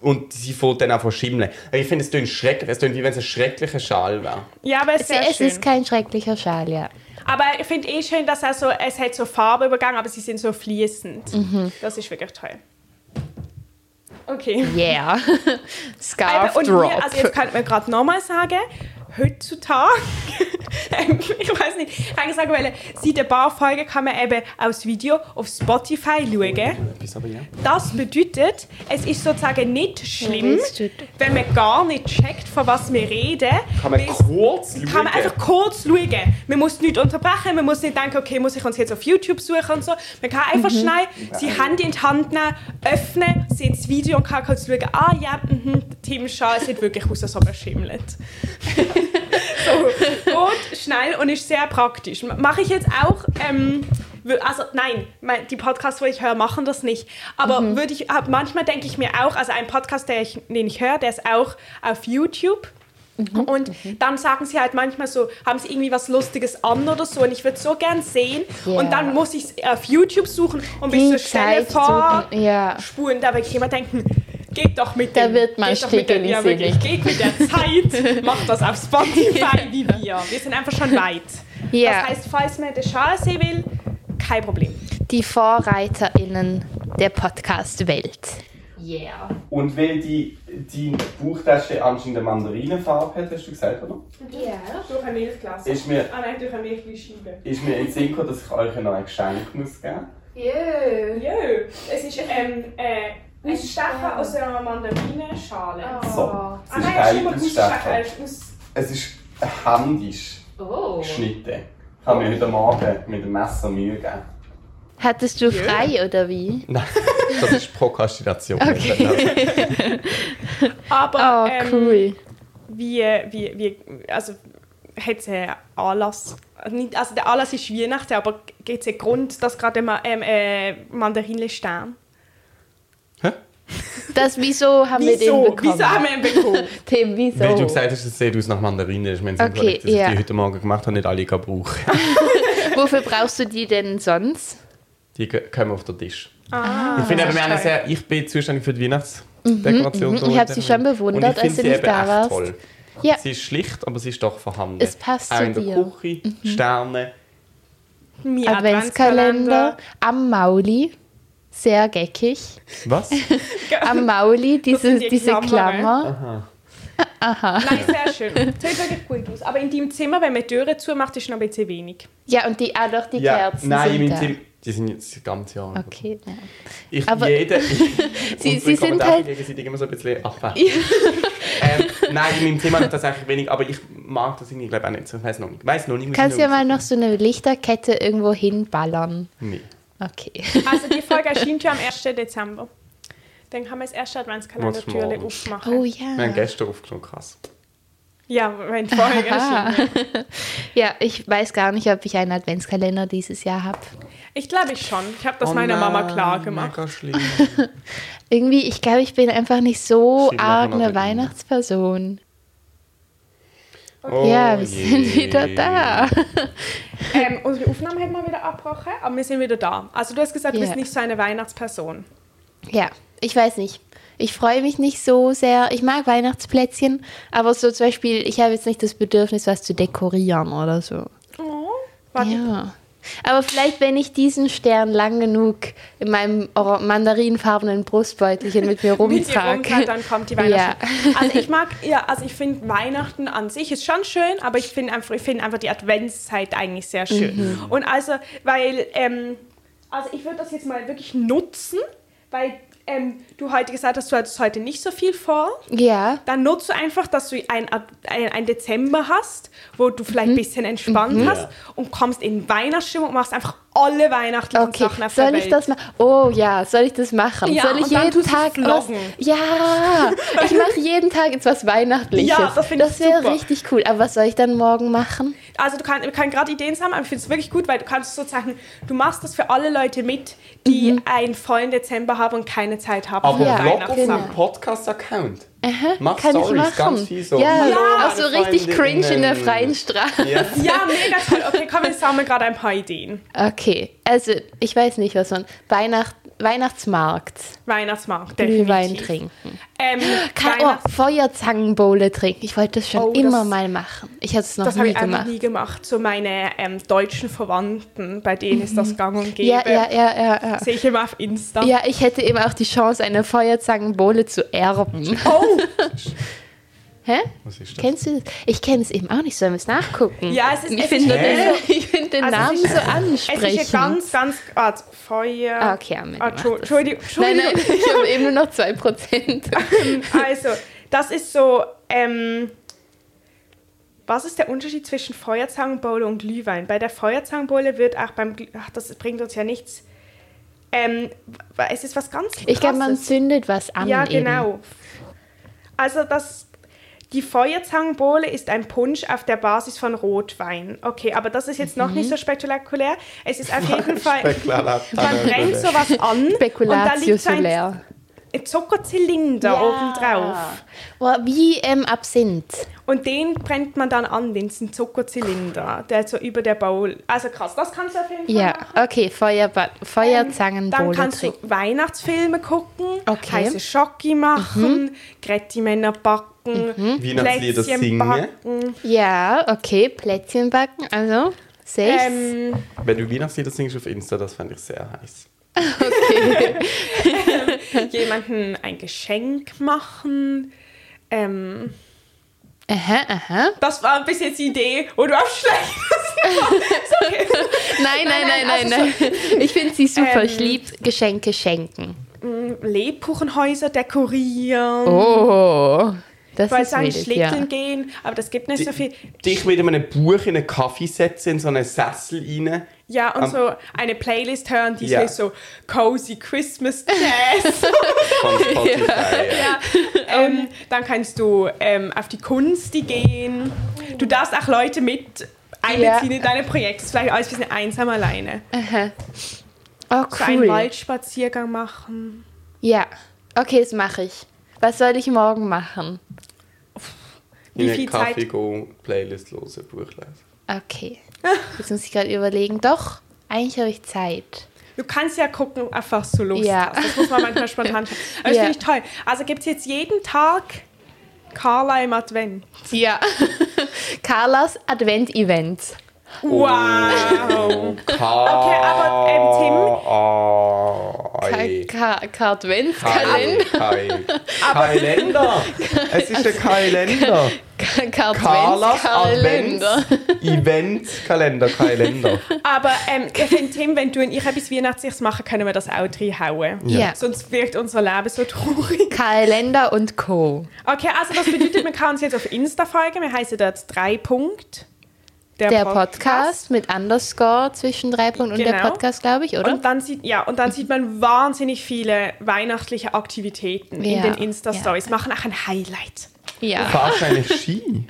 Speaker 1: Und sie fängt dann auch von Schimmeln. Ich finde, es tönt schrecklich. Es tönt, wie wenn es ein schrecklicher Schal wäre.
Speaker 3: Ja, aber es ist
Speaker 2: Es
Speaker 3: sehr
Speaker 2: es
Speaker 3: schön.
Speaker 2: ist kein schrecklicher Schal, ja.
Speaker 3: Aber ich finde eh schön, dass er so, es hat so Farbe übergangen, aber sie sind so fließend. Das ist wirklich toll. Okay.
Speaker 2: Yeah. Scarf
Speaker 3: Eben, und
Speaker 2: Drop.
Speaker 3: wir, also jetzt könnte man gerade nochmal sagen, heutzutage, ähm, ich weiß nicht, ich kann sagen, weil seit ein paar Folgen kann man eben auch das Video auf Spotify schauen.
Speaker 1: Etwas aber ja.
Speaker 3: Das bedeutet, es ist sozusagen nicht schlimm,
Speaker 2: willst du-
Speaker 3: wenn man gar nicht checkt, von was wir reden.
Speaker 1: Kann man
Speaker 3: weil es-
Speaker 1: kurz schauen?
Speaker 3: kann man einfach kurz schauen. Man muss nicht unterbrechen, man muss nicht denken, okay, muss ich uns jetzt auf YouTube suchen und so. Man kann einfach schnell sein Handy in die Hand nehmen, öffnen, sieht das Video und kann kurz schauen, ah ja, mhm, Tim Schall sieht wirklich aus, als ob er schimmelt. so, gut, schnell und ist sehr praktisch. M- Mache ich jetzt auch... Ähm, wür- also nein, mein- die Podcasts, wo ich höre, machen das nicht. Aber
Speaker 2: Mhm.
Speaker 3: würde ich, hab- manchmal denke ich mir auch, also ein Podcast, der ich, den ich höre, der ist auch auf YouTube.
Speaker 2: Mhm.
Speaker 3: Und dann sagen sie halt manchmal so, haben sie irgendwie was Lustiges an oder so und ich würde so gern sehen.
Speaker 2: Ja.
Speaker 3: Und dann muss ich es auf YouTube suchen und mich
Speaker 2: Die
Speaker 3: so schnell
Speaker 2: Zeit suchen, ja.
Speaker 3: vorspulen. Da würde ich immer denken, geht doch mit
Speaker 2: Da
Speaker 3: dem,
Speaker 2: wird man
Speaker 3: geht doch mit der, ja,
Speaker 2: stickelig
Speaker 3: wirklich, geht mit der Zeit, macht das auf Spotify wie wir. Wir sind einfach schon weit.
Speaker 2: Ja.
Speaker 3: Das heißt, falls man den Schal sehen will, kein Problem.
Speaker 2: die VorreiterInnen der Podcast-Welt. Yeah.
Speaker 1: Und weil die, die Bauchtasche anscheinend eine Mandarinenfarbe hat, hast du gesagt, oder?
Speaker 3: Durch ein Milchglas.
Speaker 1: Ist mir,
Speaker 3: Ah nein, durch ein Milchglas
Speaker 1: ist mir in den Sinn gekommen, dass ich euch noch ein Geschenk muss geben
Speaker 3: Jö, es ist ähm, äh, ein Stecher aus einer Mandarinenschale.
Speaker 1: muss. So, es
Speaker 3: Ah
Speaker 1: ist
Speaker 3: nein,
Speaker 1: kein
Speaker 3: schau mal,
Speaker 1: Ausstecher.
Speaker 3: Ausstecher. Aus-
Speaker 1: Es ist händisch
Speaker 2: Oh.
Speaker 1: geschnitten. Ich habe mir heute Morgen mit dem Messer Mühe gegeben.
Speaker 2: Hattest du frei oder wie?
Speaker 1: Nein, das ist Prokrastination.
Speaker 3: Aber
Speaker 2: Oh,
Speaker 3: ähm,
Speaker 2: cool.
Speaker 3: wie, wie, wie, also hat es einen Anlass? Nicht- Also der Anlass ist Weihnachten, aber gibt es einen Grund, dass gerade Ma ähm, äh, Mandarinen stehen?
Speaker 2: Das wieso haben wir den
Speaker 3: Wieso?
Speaker 2: bekommen?
Speaker 3: Wieso haben wir ihn bekommen?
Speaker 2: Tim, wieso?
Speaker 1: Weil du gesagt hast, es sieht aus nach Mandarinen. Ich meine,
Speaker 2: Okay,
Speaker 1: okay, dass
Speaker 2: ja.
Speaker 1: ich die heute Morgen gemacht habe, nicht alle kann brauchen.
Speaker 2: Wofür brauchst du die denn sonst?
Speaker 1: Die geh- kommen auf den Tisch.
Speaker 3: ah,
Speaker 1: ich finde
Speaker 3: das
Speaker 1: aber, wir
Speaker 3: ist
Speaker 1: haben eine
Speaker 3: toll.
Speaker 1: sehr, ich bin zuständig für die Weihnachtsdekoration.
Speaker 2: mhm. Ich habe sie schon bewundert,
Speaker 1: Und ich finde
Speaker 2: als du nicht
Speaker 1: eben
Speaker 2: da
Speaker 1: echt
Speaker 2: warst.
Speaker 1: Toll.
Speaker 2: Ja.
Speaker 1: Sie ist schlicht, aber sie ist doch vorhanden.
Speaker 2: Es passt
Speaker 1: Auch
Speaker 2: zu
Speaker 1: in der
Speaker 2: dir. Mhm.
Speaker 1: Küche, Sterne.
Speaker 3: Mein
Speaker 2: Adventskalender am Mauli. Sehr geckig.
Speaker 1: Was?
Speaker 2: Am Mauli, diese,
Speaker 3: sind die
Speaker 2: diese
Speaker 3: Klammer,
Speaker 2: Klammer.
Speaker 3: Nein, sehr schön. Sieht wirklich gut aus. Aber in deinem Zimmer, wenn man die Türen zumacht, ist noch ein bisschen wenig.
Speaker 2: Ja, und die, ah, doch, die Kerzen.
Speaker 1: Nein,
Speaker 2: sind
Speaker 1: in
Speaker 2: da.
Speaker 1: meinem Zimmer. Die sind jetzt das ganze Jahr.
Speaker 2: Okay, ja.
Speaker 1: Ich,
Speaker 2: Aber-
Speaker 1: jeder,
Speaker 2: Sie,
Speaker 1: Unsere
Speaker 2: sie sind
Speaker 1: Kommentare
Speaker 2: halt.
Speaker 1: gegenseitig immer so ein bisschen abwägen. ähm, nein, in meinem Thema tatsächlich wenig, aber ich mag das irgendwie, glaube ich, auch nicht. so. Ich weiß noch nicht. Weiß noch nicht. muss
Speaker 2: Kannst
Speaker 1: ich
Speaker 2: ja mal noch so eine Lichterkette irgendwo hinballern.
Speaker 1: Nee.
Speaker 2: Okay.
Speaker 3: Also die Folge erscheint ja am 1. Dezember. Dann kann man das erste
Speaker 1: Was
Speaker 3: Adventskalender-Türchen
Speaker 1: morgen?
Speaker 3: aufmachen.
Speaker 2: Oh
Speaker 1: Wir haben
Speaker 2: ja.
Speaker 1: gestern aufgenommen, krass.
Speaker 3: Ja, wenn die Folge erscheint.
Speaker 2: Ja, ich weiß gar nicht, ob ich einen Adventskalender dieses Jahr habe.
Speaker 3: Ich glaube ich schon. Ich habe
Speaker 2: Oh
Speaker 3: das meiner Mama klar gemacht.
Speaker 1: Mega schlimm.
Speaker 2: Irgendwie, ich glaube, ich bin einfach nicht so
Speaker 1: Sie machen
Speaker 2: arg
Speaker 1: aber
Speaker 2: eine
Speaker 1: immer.
Speaker 2: Weihnachtsperson.
Speaker 1: Oh
Speaker 2: ja, wir sind
Speaker 1: je.
Speaker 2: wieder da.
Speaker 3: Ähm, unsere Aufnahme hat mal wieder abgebrochen, aber wir sind wieder da. Also du hast gesagt, du
Speaker 2: Ja.
Speaker 3: bist nicht so eine Weihnachtsperson.
Speaker 2: Ja, ich weiß nicht. Ich freue mich nicht so sehr. Ich mag Weihnachtsplätzchen, aber so zum Beispiel, ich habe jetzt nicht das Bedürfnis, was zu dekorieren oder so.
Speaker 3: Oh, warte.
Speaker 2: Ja. Aber vielleicht, wenn ich diesen Stern lang genug in meinem ora- mandarinfarbenen Brustbeutelchen mit mir
Speaker 3: Mit dir
Speaker 2: rumtrage.
Speaker 3: rumtrat, dann kommt die
Speaker 2: Ja.
Speaker 3: Weihnachten. Also ich mag, ja, also ich finde Weihnachten an sich ist schon schön, aber ich finde einfach, ich finde einfach die Adventszeit eigentlich sehr schön.
Speaker 2: Mhm.
Speaker 3: Und also, weil, ähm, also ich würde das jetzt mal wirklich nutzen, weil ähm, du heute gesagt hast, du hattest heute nicht so viel vor,
Speaker 2: Ja.
Speaker 3: dann nutzt du einfach, dass du ein, Ab- ein, ein Dezember hast, wo du
Speaker 2: Mhm.
Speaker 3: vielleicht ein bisschen entspannt hast
Speaker 1: Ja.
Speaker 3: und kommst in Weihnachtsstimmung und machst einfach alle weihnachtlichen
Speaker 2: Okay,
Speaker 3: Sachen auf
Speaker 2: soll
Speaker 3: der
Speaker 2: ich
Speaker 3: Welt.
Speaker 2: das machen? Oh ja, soll ich das machen?
Speaker 3: Ja,
Speaker 2: soll ich
Speaker 3: und dann
Speaker 2: jeden
Speaker 3: tust du
Speaker 2: Tag was?
Speaker 3: vloggen.
Speaker 2: Ja, ich mache jeden Tag jetzt was Weihnachtliches.
Speaker 3: Ja, das find ich
Speaker 2: wäre
Speaker 3: super.
Speaker 2: richtig cool. Aber was soll ich dann morgen machen?
Speaker 3: Also du kannst kann gerade Ideen sammeln, aber ich finde es wirklich gut, weil du kannst sozusagen, du machst das für alle Leute mit, die
Speaker 2: Mhm.
Speaker 3: einen vollen Dezember haben und keine Zeit haben.
Speaker 1: Aber
Speaker 3: für
Speaker 2: Ja,
Speaker 1: Vlog auf
Speaker 2: genau.
Speaker 1: einem Podcast-Account. Mach
Speaker 2: Kann ich
Speaker 1: Stories,
Speaker 2: machen.
Speaker 1: ganz viel so.
Speaker 2: Ja,
Speaker 1: Meine
Speaker 2: auch so
Speaker 3: also
Speaker 2: richtig
Speaker 1: Freundinnen.
Speaker 2: cringe in der freien Straße.
Speaker 1: Ja.
Speaker 3: Ja, mega toll. Okay, komm, wir sammeln gerade ein paar Ideen.
Speaker 2: Okay, also ich weiß nicht, was man. Weihnacht, Weihnachtsmarkt,
Speaker 3: Weihnachtsmarkt, definitiv.
Speaker 2: Glühwein trinken.
Speaker 3: Ähm,
Speaker 2: Kann,
Speaker 3: Weihnachts
Speaker 2: oh, Feuerzangenbowle trinken. Ich wollte das schon
Speaker 3: Oh,
Speaker 2: immer
Speaker 3: das-
Speaker 2: mal machen. Ich hatte es noch
Speaker 3: das habe
Speaker 2: nie
Speaker 3: ich einfach
Speaker 2: gemacht.
Speaker 3: nie gemacht. So meine ähm, deutschen Verwandten, bei denen ist das gang und gäbe.
Speaker 2: Mhm. ja, ja, ja, ja, ja.
Speaker 3: Sehe ich immer auf Insta.
Speaker 2: Ja, ich hätte eben auch die Chance, eine Feuerzangenbowle zu erben.
Speaker 3: Oh,
Speaker 2: Hä?
Speaker 1: Was ist das?
Speaker 2: Kennst du das? Ich kenne es eben auch nicht, sollen wir es nachgucken?
Speaker 3: Ja, es ist-
Speaker 2: ich
Speaker 3: es
Speaker 2: finde
Speaker 3: ist-
Speaker 2: den, ich finde den
Speaker 3: Also es
Speaker 2: Namen
Speaker 3: ist-
Speaker 2: so
Speaker 3: es ist ja
Speaker 2: ansprechend.
Speaker 3: ganz, ganz... Warte, Feuer...
Speaker 2: Ah, okay, haben wir
Speaker 3: Ah,
Speaker 2: gemacht.
Speaker 3: Entschu- Entschuldigung,
Speaker 2: Nein,
Speaker 3: Entschuldigung.
Speaker 2: nein, ich habe eben nur noch 2%.
Speaker 3: Also, das ist so. Ähm, was ist der Unterschied zwischen Feuerzangenbowle und Glühwein? Bei der Feuerzangenbowle wird auch beim. Glüh- Ach, das bringt uns ja nichts. Ähm, w- es ist was ganz.
Speaker 2: Ich glaube, man
Speaker 3: Krasses.
Speaker 2: zündet was an.
Speaker 3: Ja,
Speaker 2: eben.
Speaker 3: genau. Also, das. Die Feuerzangenbowle ist ein Punsch auf der Basis von Rotwein. Okay, aber das ist jetzt noch nicht so spektakulär. Mhm. Es ist auf jeden Fall.
Speaker 1: Spekulativ.
Speaker 3: Man brennt sowas an.
Speaker 2: Spekulatius
Speaker 3: und da liegt so
Speaker 2: solaire.
Speaker 3: ein Zuckerzylinder obendrauf.
Speaker 2: Boah, wie ähm, Absinth.
Speaker 3: Und den brennt man dann an, den ist ein Zuckerzylinder, der so über der Bowl. Also krass, das kannst du auf jeden Fall
Speaker 2: Ja,
Speaker 3: machen.
Speaker 2: okay, Feuerba
Speaker 3: Ähm, Dann
Speaker 2: Feuerzangenbowle
Speaker 3: kannst du
Speaker 2: trinken.
Speaker 3: Weihnachtsfilme gucken,
Speaker 2: Okay. Mhm.
Speaker 3: heiße Schocki machen, Grettimänner backen,
Speaker 1: Weihnachtslieder
Speaker 3: Plätzchen
Speaker 1: singen.
Speaker 3: backen.
Speaker 2: Ja, okay, Plätzchen backen, also sechs.
Speaker 3: Ähm,
Speaker 1: Wenn du Weihnachtslieder singst auf Insta, das fand ich sehr heiß.
Speaker 3: jemanden ein Geschenk machen. Ähm,
Speaker 2: Aha, aha.
Speaker 3: das war bis jetzt die Idee, wo du auf Schlechtes Sorry.
Speaker 2: Nein, nein, nein,
Speaker 3: Nein,
Speaker 2: nein,
Speaker 3: nein,
Speaker 2: nein. Ich finde sie super.
Speaker 3: Ähm.
Speaker 2: ich liebe Geschenke schenken.
Speaker 3: Lebkuchenhäuser dekorieren.
Speaker 2: Oh, das
Speaker 3: Weil
Speaker 2: ist
Speaker 3: sagen,
Speaker 2: wild, ja.
Speaker 3: Schlitteln gehen, aber das gibt nicht so viel.
Speaker 1: Dich mit einem Buch in einen Kaffee setzen, in so einen Sessel rein.
Speaker 3: Ja, und
Speaker 1: Am-
Speaker 3: so eine Playlist hören, die
Speaker 1: Ja.
Speaker 3: ist so cozy Christmas Jazz.
Speaker 1: Von Spotify. ja.
Speaker 3: ähm, dann kannst du ähm, auf die Kunst die gehen. Du darfst auch Leute mit einbeziehen
Speaker 2: Ja.
Speaker 3: in deine Projekte. Ist Vielleicht alles ein bisschen einsam alleine.
Speaker 2: Oh,
Speaker 3: So einen
Speaker 2: cool.
Speaker 3: Waldspaziergang machen.
Speaker 2: Ja, okay, das mache ich. Was soll ich morgen machen?
Speaker 3: Wie
Speaker 1: In einen
Speaker 3: viel
Speaker 1: Kaffee
Speaker 3: Zeit?
Speaker 1: gehen, Playlist hören, Buch lesen.
Speaker 2: Okay. Jetzt muss ich gerade überlegen. Doch, eigentlich habe ich Zeit.
Speaker 3: Du kannst ja gucken, auf was du Lust
Speaker 2: Ja.
Speaker 3: hast. Das muss man manchmal spontan schaffen. Aber
Speaker 2: Ja.
Speaker 3: das finde ich toll. Also gibt es jetzt jeden Tag Carla im Advent.
Speaker 2: Ja. Carlas Advent-Event. Oh.
Speaker 3: Wow.
Speaker 1: Okay,
Speaker 3: aber, ähm,
Speaker 1: aber
Speaker 2: Ka-
Speaker 1: Tim.
Speaker 2: Ka- Ka- Adventskalender.
Speaker 1: Kalender. Es ist ein Kalender.
Speaker 2: Ka- Ka-
Speaker 1: Carlas
Speaker 2: Adventskalender.
Speaker 1: Advents-Event-Kalender. Kalender.
Speaker 3: Aber ähm, ich finde, Tim, wenn du und ich etwas Weihnachtliches machen, können wir das auch reinhauen.
Speaker 2: Ja.
Speaker 3: Sonst wirkt unser Leben so traurig.
Speaker 2: Kalender und Co.
Speaker 3: Okay, also das bedeutet, man kann uns jetzt auf Insta folgen. Wir heißen dort 3 Punkt.
Speaker 2: Der Podcast mit Underscore zwischen drei Punkten und der
Speaker 3: Genau.
Speaker 2: Podcast, glaube ich, oder?
Speaker 3: Und dann, sieht, ja, und dann sieht man wahnsinnig viele weihnachtliche Aktivitäten
Speaker 2: Ja,
Speaker 3: in den Insta-Stories. Machen auch ein Highlight.
Speaker 2: ja,
Speaker 1: Fahrst du eigentlich Ski?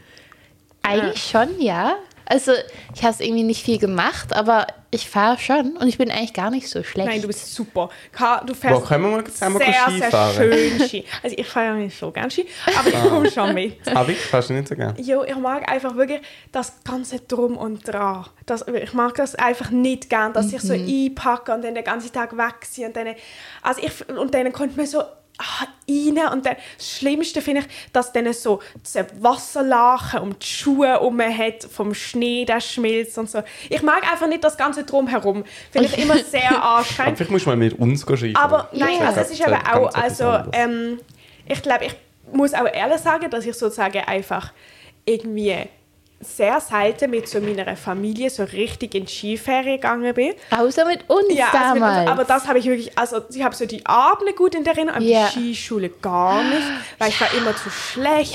Speaker 2: eigentlich schon, ja. Also ich habe es irgendwie nicht viel gemacht, aber ich fahre schon und ich bin eigentlich gar nicht so schlecht.
Speaker 3: Nein, du bist super. Ka- Du
Speaker 1: Wo
Speaker 3: fährst
Speaker 1: können wir mal zusammen
Speaker 3: sehr,
Speaker 1: Ski
Speaker 3: sehr
Speaker 1: fahren? Ah.
Speaker 3: schön Ski. Also ich fahre ja nicht so gern Ski, aber ich komme schon mit.
Speaker 1: Aber ich fast nicht so gerne.
Speaker 3: Jo, ich mag einfach wirklich das ganze Drum und Dran. Das, ich mag das einfach nicht gern, dass ich so einpacke und dann den ganzen Tag weg sind und dann, also ich, und dann kommt man so ah, rein und dann, das Schlimmste finde ich, dass dann so diese Wasserlachen um die Schuhe herum hat, vom Schnee, der schmilzt und so. Ich mag einfach nicht das ganze Drumherum. Finde ich immer sehr
Speaker 1: Aber
Speaker 3: anstrengend.
Speaker 1: vielleicht musst du mal mit uns Ski fahren.
Speaker 3: Aber
Speaker 1: Das
Speaker 3: nein,
Speaker 2: Ja.
Speaker 3: also es ist
Speaker 1: ganz
Speaker 3: aber auch,
Speaker 1: etwas
Speaker 3: also
Speaker 1: anderes.
Speaker 3: ähm, ich glaube, ich muss auch ehrlich sagen, dass ich sozusagen einfach irgendwie sehr selten mit so meiner Familie so richtig in Skiferien gegangen bin.
Speaker 2: Außer mit uns
Speaker 3: Ja, also mit-
Speaker 2: damals.
Speaker 3: aber das habe ich wirklich, also ich habe so die Abende gut in der Erinnerung, aber
Speaker 2: Ja.
Speaker 3: die Skischule gar nicht, weil ich war immer zu schlecht.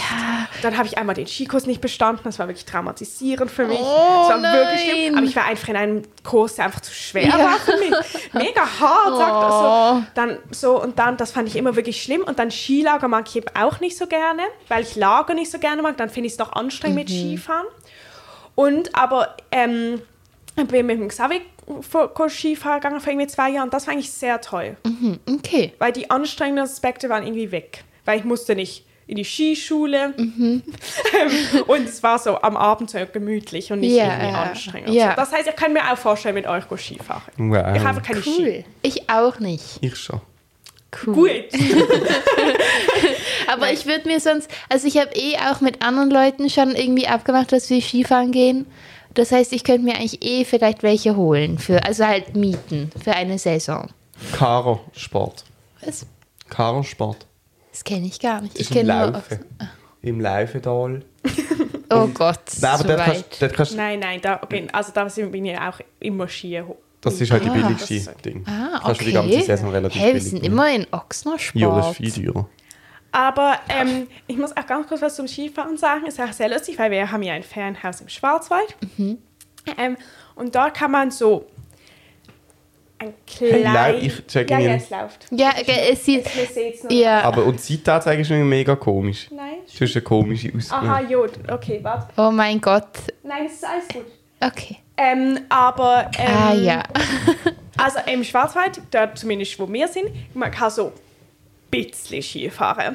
Speaker 3: Dann habe ich einmal den Skikurs nicht bestanden, das war wirklich traumatisierend für mich.
Speaker 2: Oh,
Speaker 3: das war wirklich
Speaker 2: nein.
Speaker 3: schlimm, aber ich war einfach in einem Kurs, der einfach zu schwer
Speaker 2: Ja.
Speaker 3: war für mich. Mega hart, sagt er
Speaker 2: Oh.
Speaker 3: so. Dann so und dann, das fand ich immer wirklich schlimm und dann Skilager mag ich eben auch nicht so gerne, weil ich Lager nicht so gerne mag, dann finde ich es doch anstrengend
Speaker 2: Mhm.
Speaker 3: mit Skifahren. Und aber ähm, ich bin mit dem Xavi vor- kurz Skifahren gegangen vor irgendwie zwei Jahren. Das war eigentlich sehr toll,
Speaker 2: okay.
Speaker 3: weil die anstrengenden Aspekte waren irgendwie weg. Weil ich musste nicht in die Skischule.
Speaker 2: Mhm.
Speaker 3: Ähm, und es war so am Abend so gemütlich und nicht
Speaker 2: Ja,
Speaker 3: irgendwie
Speaker 2: ja.
Speaker 3: anstrengend.
Speaker 2: Ja.
Speaker 3: So. Das heißt, ich kann mir auch vorstellen, mit euch gut Skifahren.
Speaker 1: Wow.
Speaker 3: Ich habe keine Ski.
Speaker 2: Cool. Ich auch nicht.
Speaker 1: Ich schon.
Speaker 2: Cool.
Speaker 3: Gut.
Speaker 2: Aber ich würde mir sonst, also ich habe eh auch mit anderen Leuten schon irgendwie abgemacht, dass wir Skifahren gehen. Das heißt, ich könnte mir eigentlich eh vielleicht welche holen. Für, also halt mieten für eine Saison.
Speaker 1: Karo Sport.
Speaker 2: Was?
Speaker 1: Karo Sport.
Speaker 2: Das kenne ich gar nicht.
Speaker 1: Das
Speaker 2: Ich
Speaker 1: ist im
Speaker 2: kenne nur.
Speaker 1: Laufen. Im Laufental.
Speaker 2: Oh Gott.
Speaker 1: Nein, aber
Speaker 2: so
Speaker 1: dort
Speaker 2: weit.
Speaker 1: kannst, dort kannst,
Speaker 3: Nein, nein, da, okay. also da sind- bin ich auch immer Skier.
Speaker 1: das ist halt die
Speaker 2: Ah,
Speaker 1: billigste
Speaker 3: das ist-
Speaker 1: Ding.
Speaker 2: Ah, okay.
Speaker 1: Kannst du die ganze Saison relativ
Speaker 2: hey, wir
Speaker 1: billig
Speaker 2: sind
Speaker 1: nehmen.
Speaker 2: immer in Ochsnersport.
Speaker 1: Ja, das ist viel teurer.
Speaker 3: Aber ähm, ich muss auch ganz kurz was zum Skifahren sagen. Ist auch sehr lustig, weil wir haben ja ein Ferienhaus im Schwarzwald.
Speaker 2: Mhm.
Speaker 3: Ähm, und dort kann man so ein
Speaker 1: Hey,
Speaker 3: kleines...
Speaker 1: lau- ich check
Speaker 3: ja,
Speaker 1: ihn
Speaker 3: ja,
Speaker 1: nicht.
Speaker 3: es läuft.
Speaker 2: Ja, okay, es sieht.
Speaker 3: Wir sehen's noch.
Speaker 2: Ja.
Speaker 1: Aber und die Zeittage ist irgendwie mega komisch.
Speaker 3: Nein.
Speaker 1: Du hast eine komische Ausgabe.
Speaker 3: Aha, Jod. Okay, warte.
Speaker 2: Oh mein Gott.
Speaker 3: Nein, es ist alles gut.
Speaker 2: Okay.
Speaker 3: Ähm, aber... Ähm,
Speaker 2: ah ja.
Speaker 3: Also im Schwarzwald, dort zumindest wo wir sind, man kann so ein bisschen Skifahren.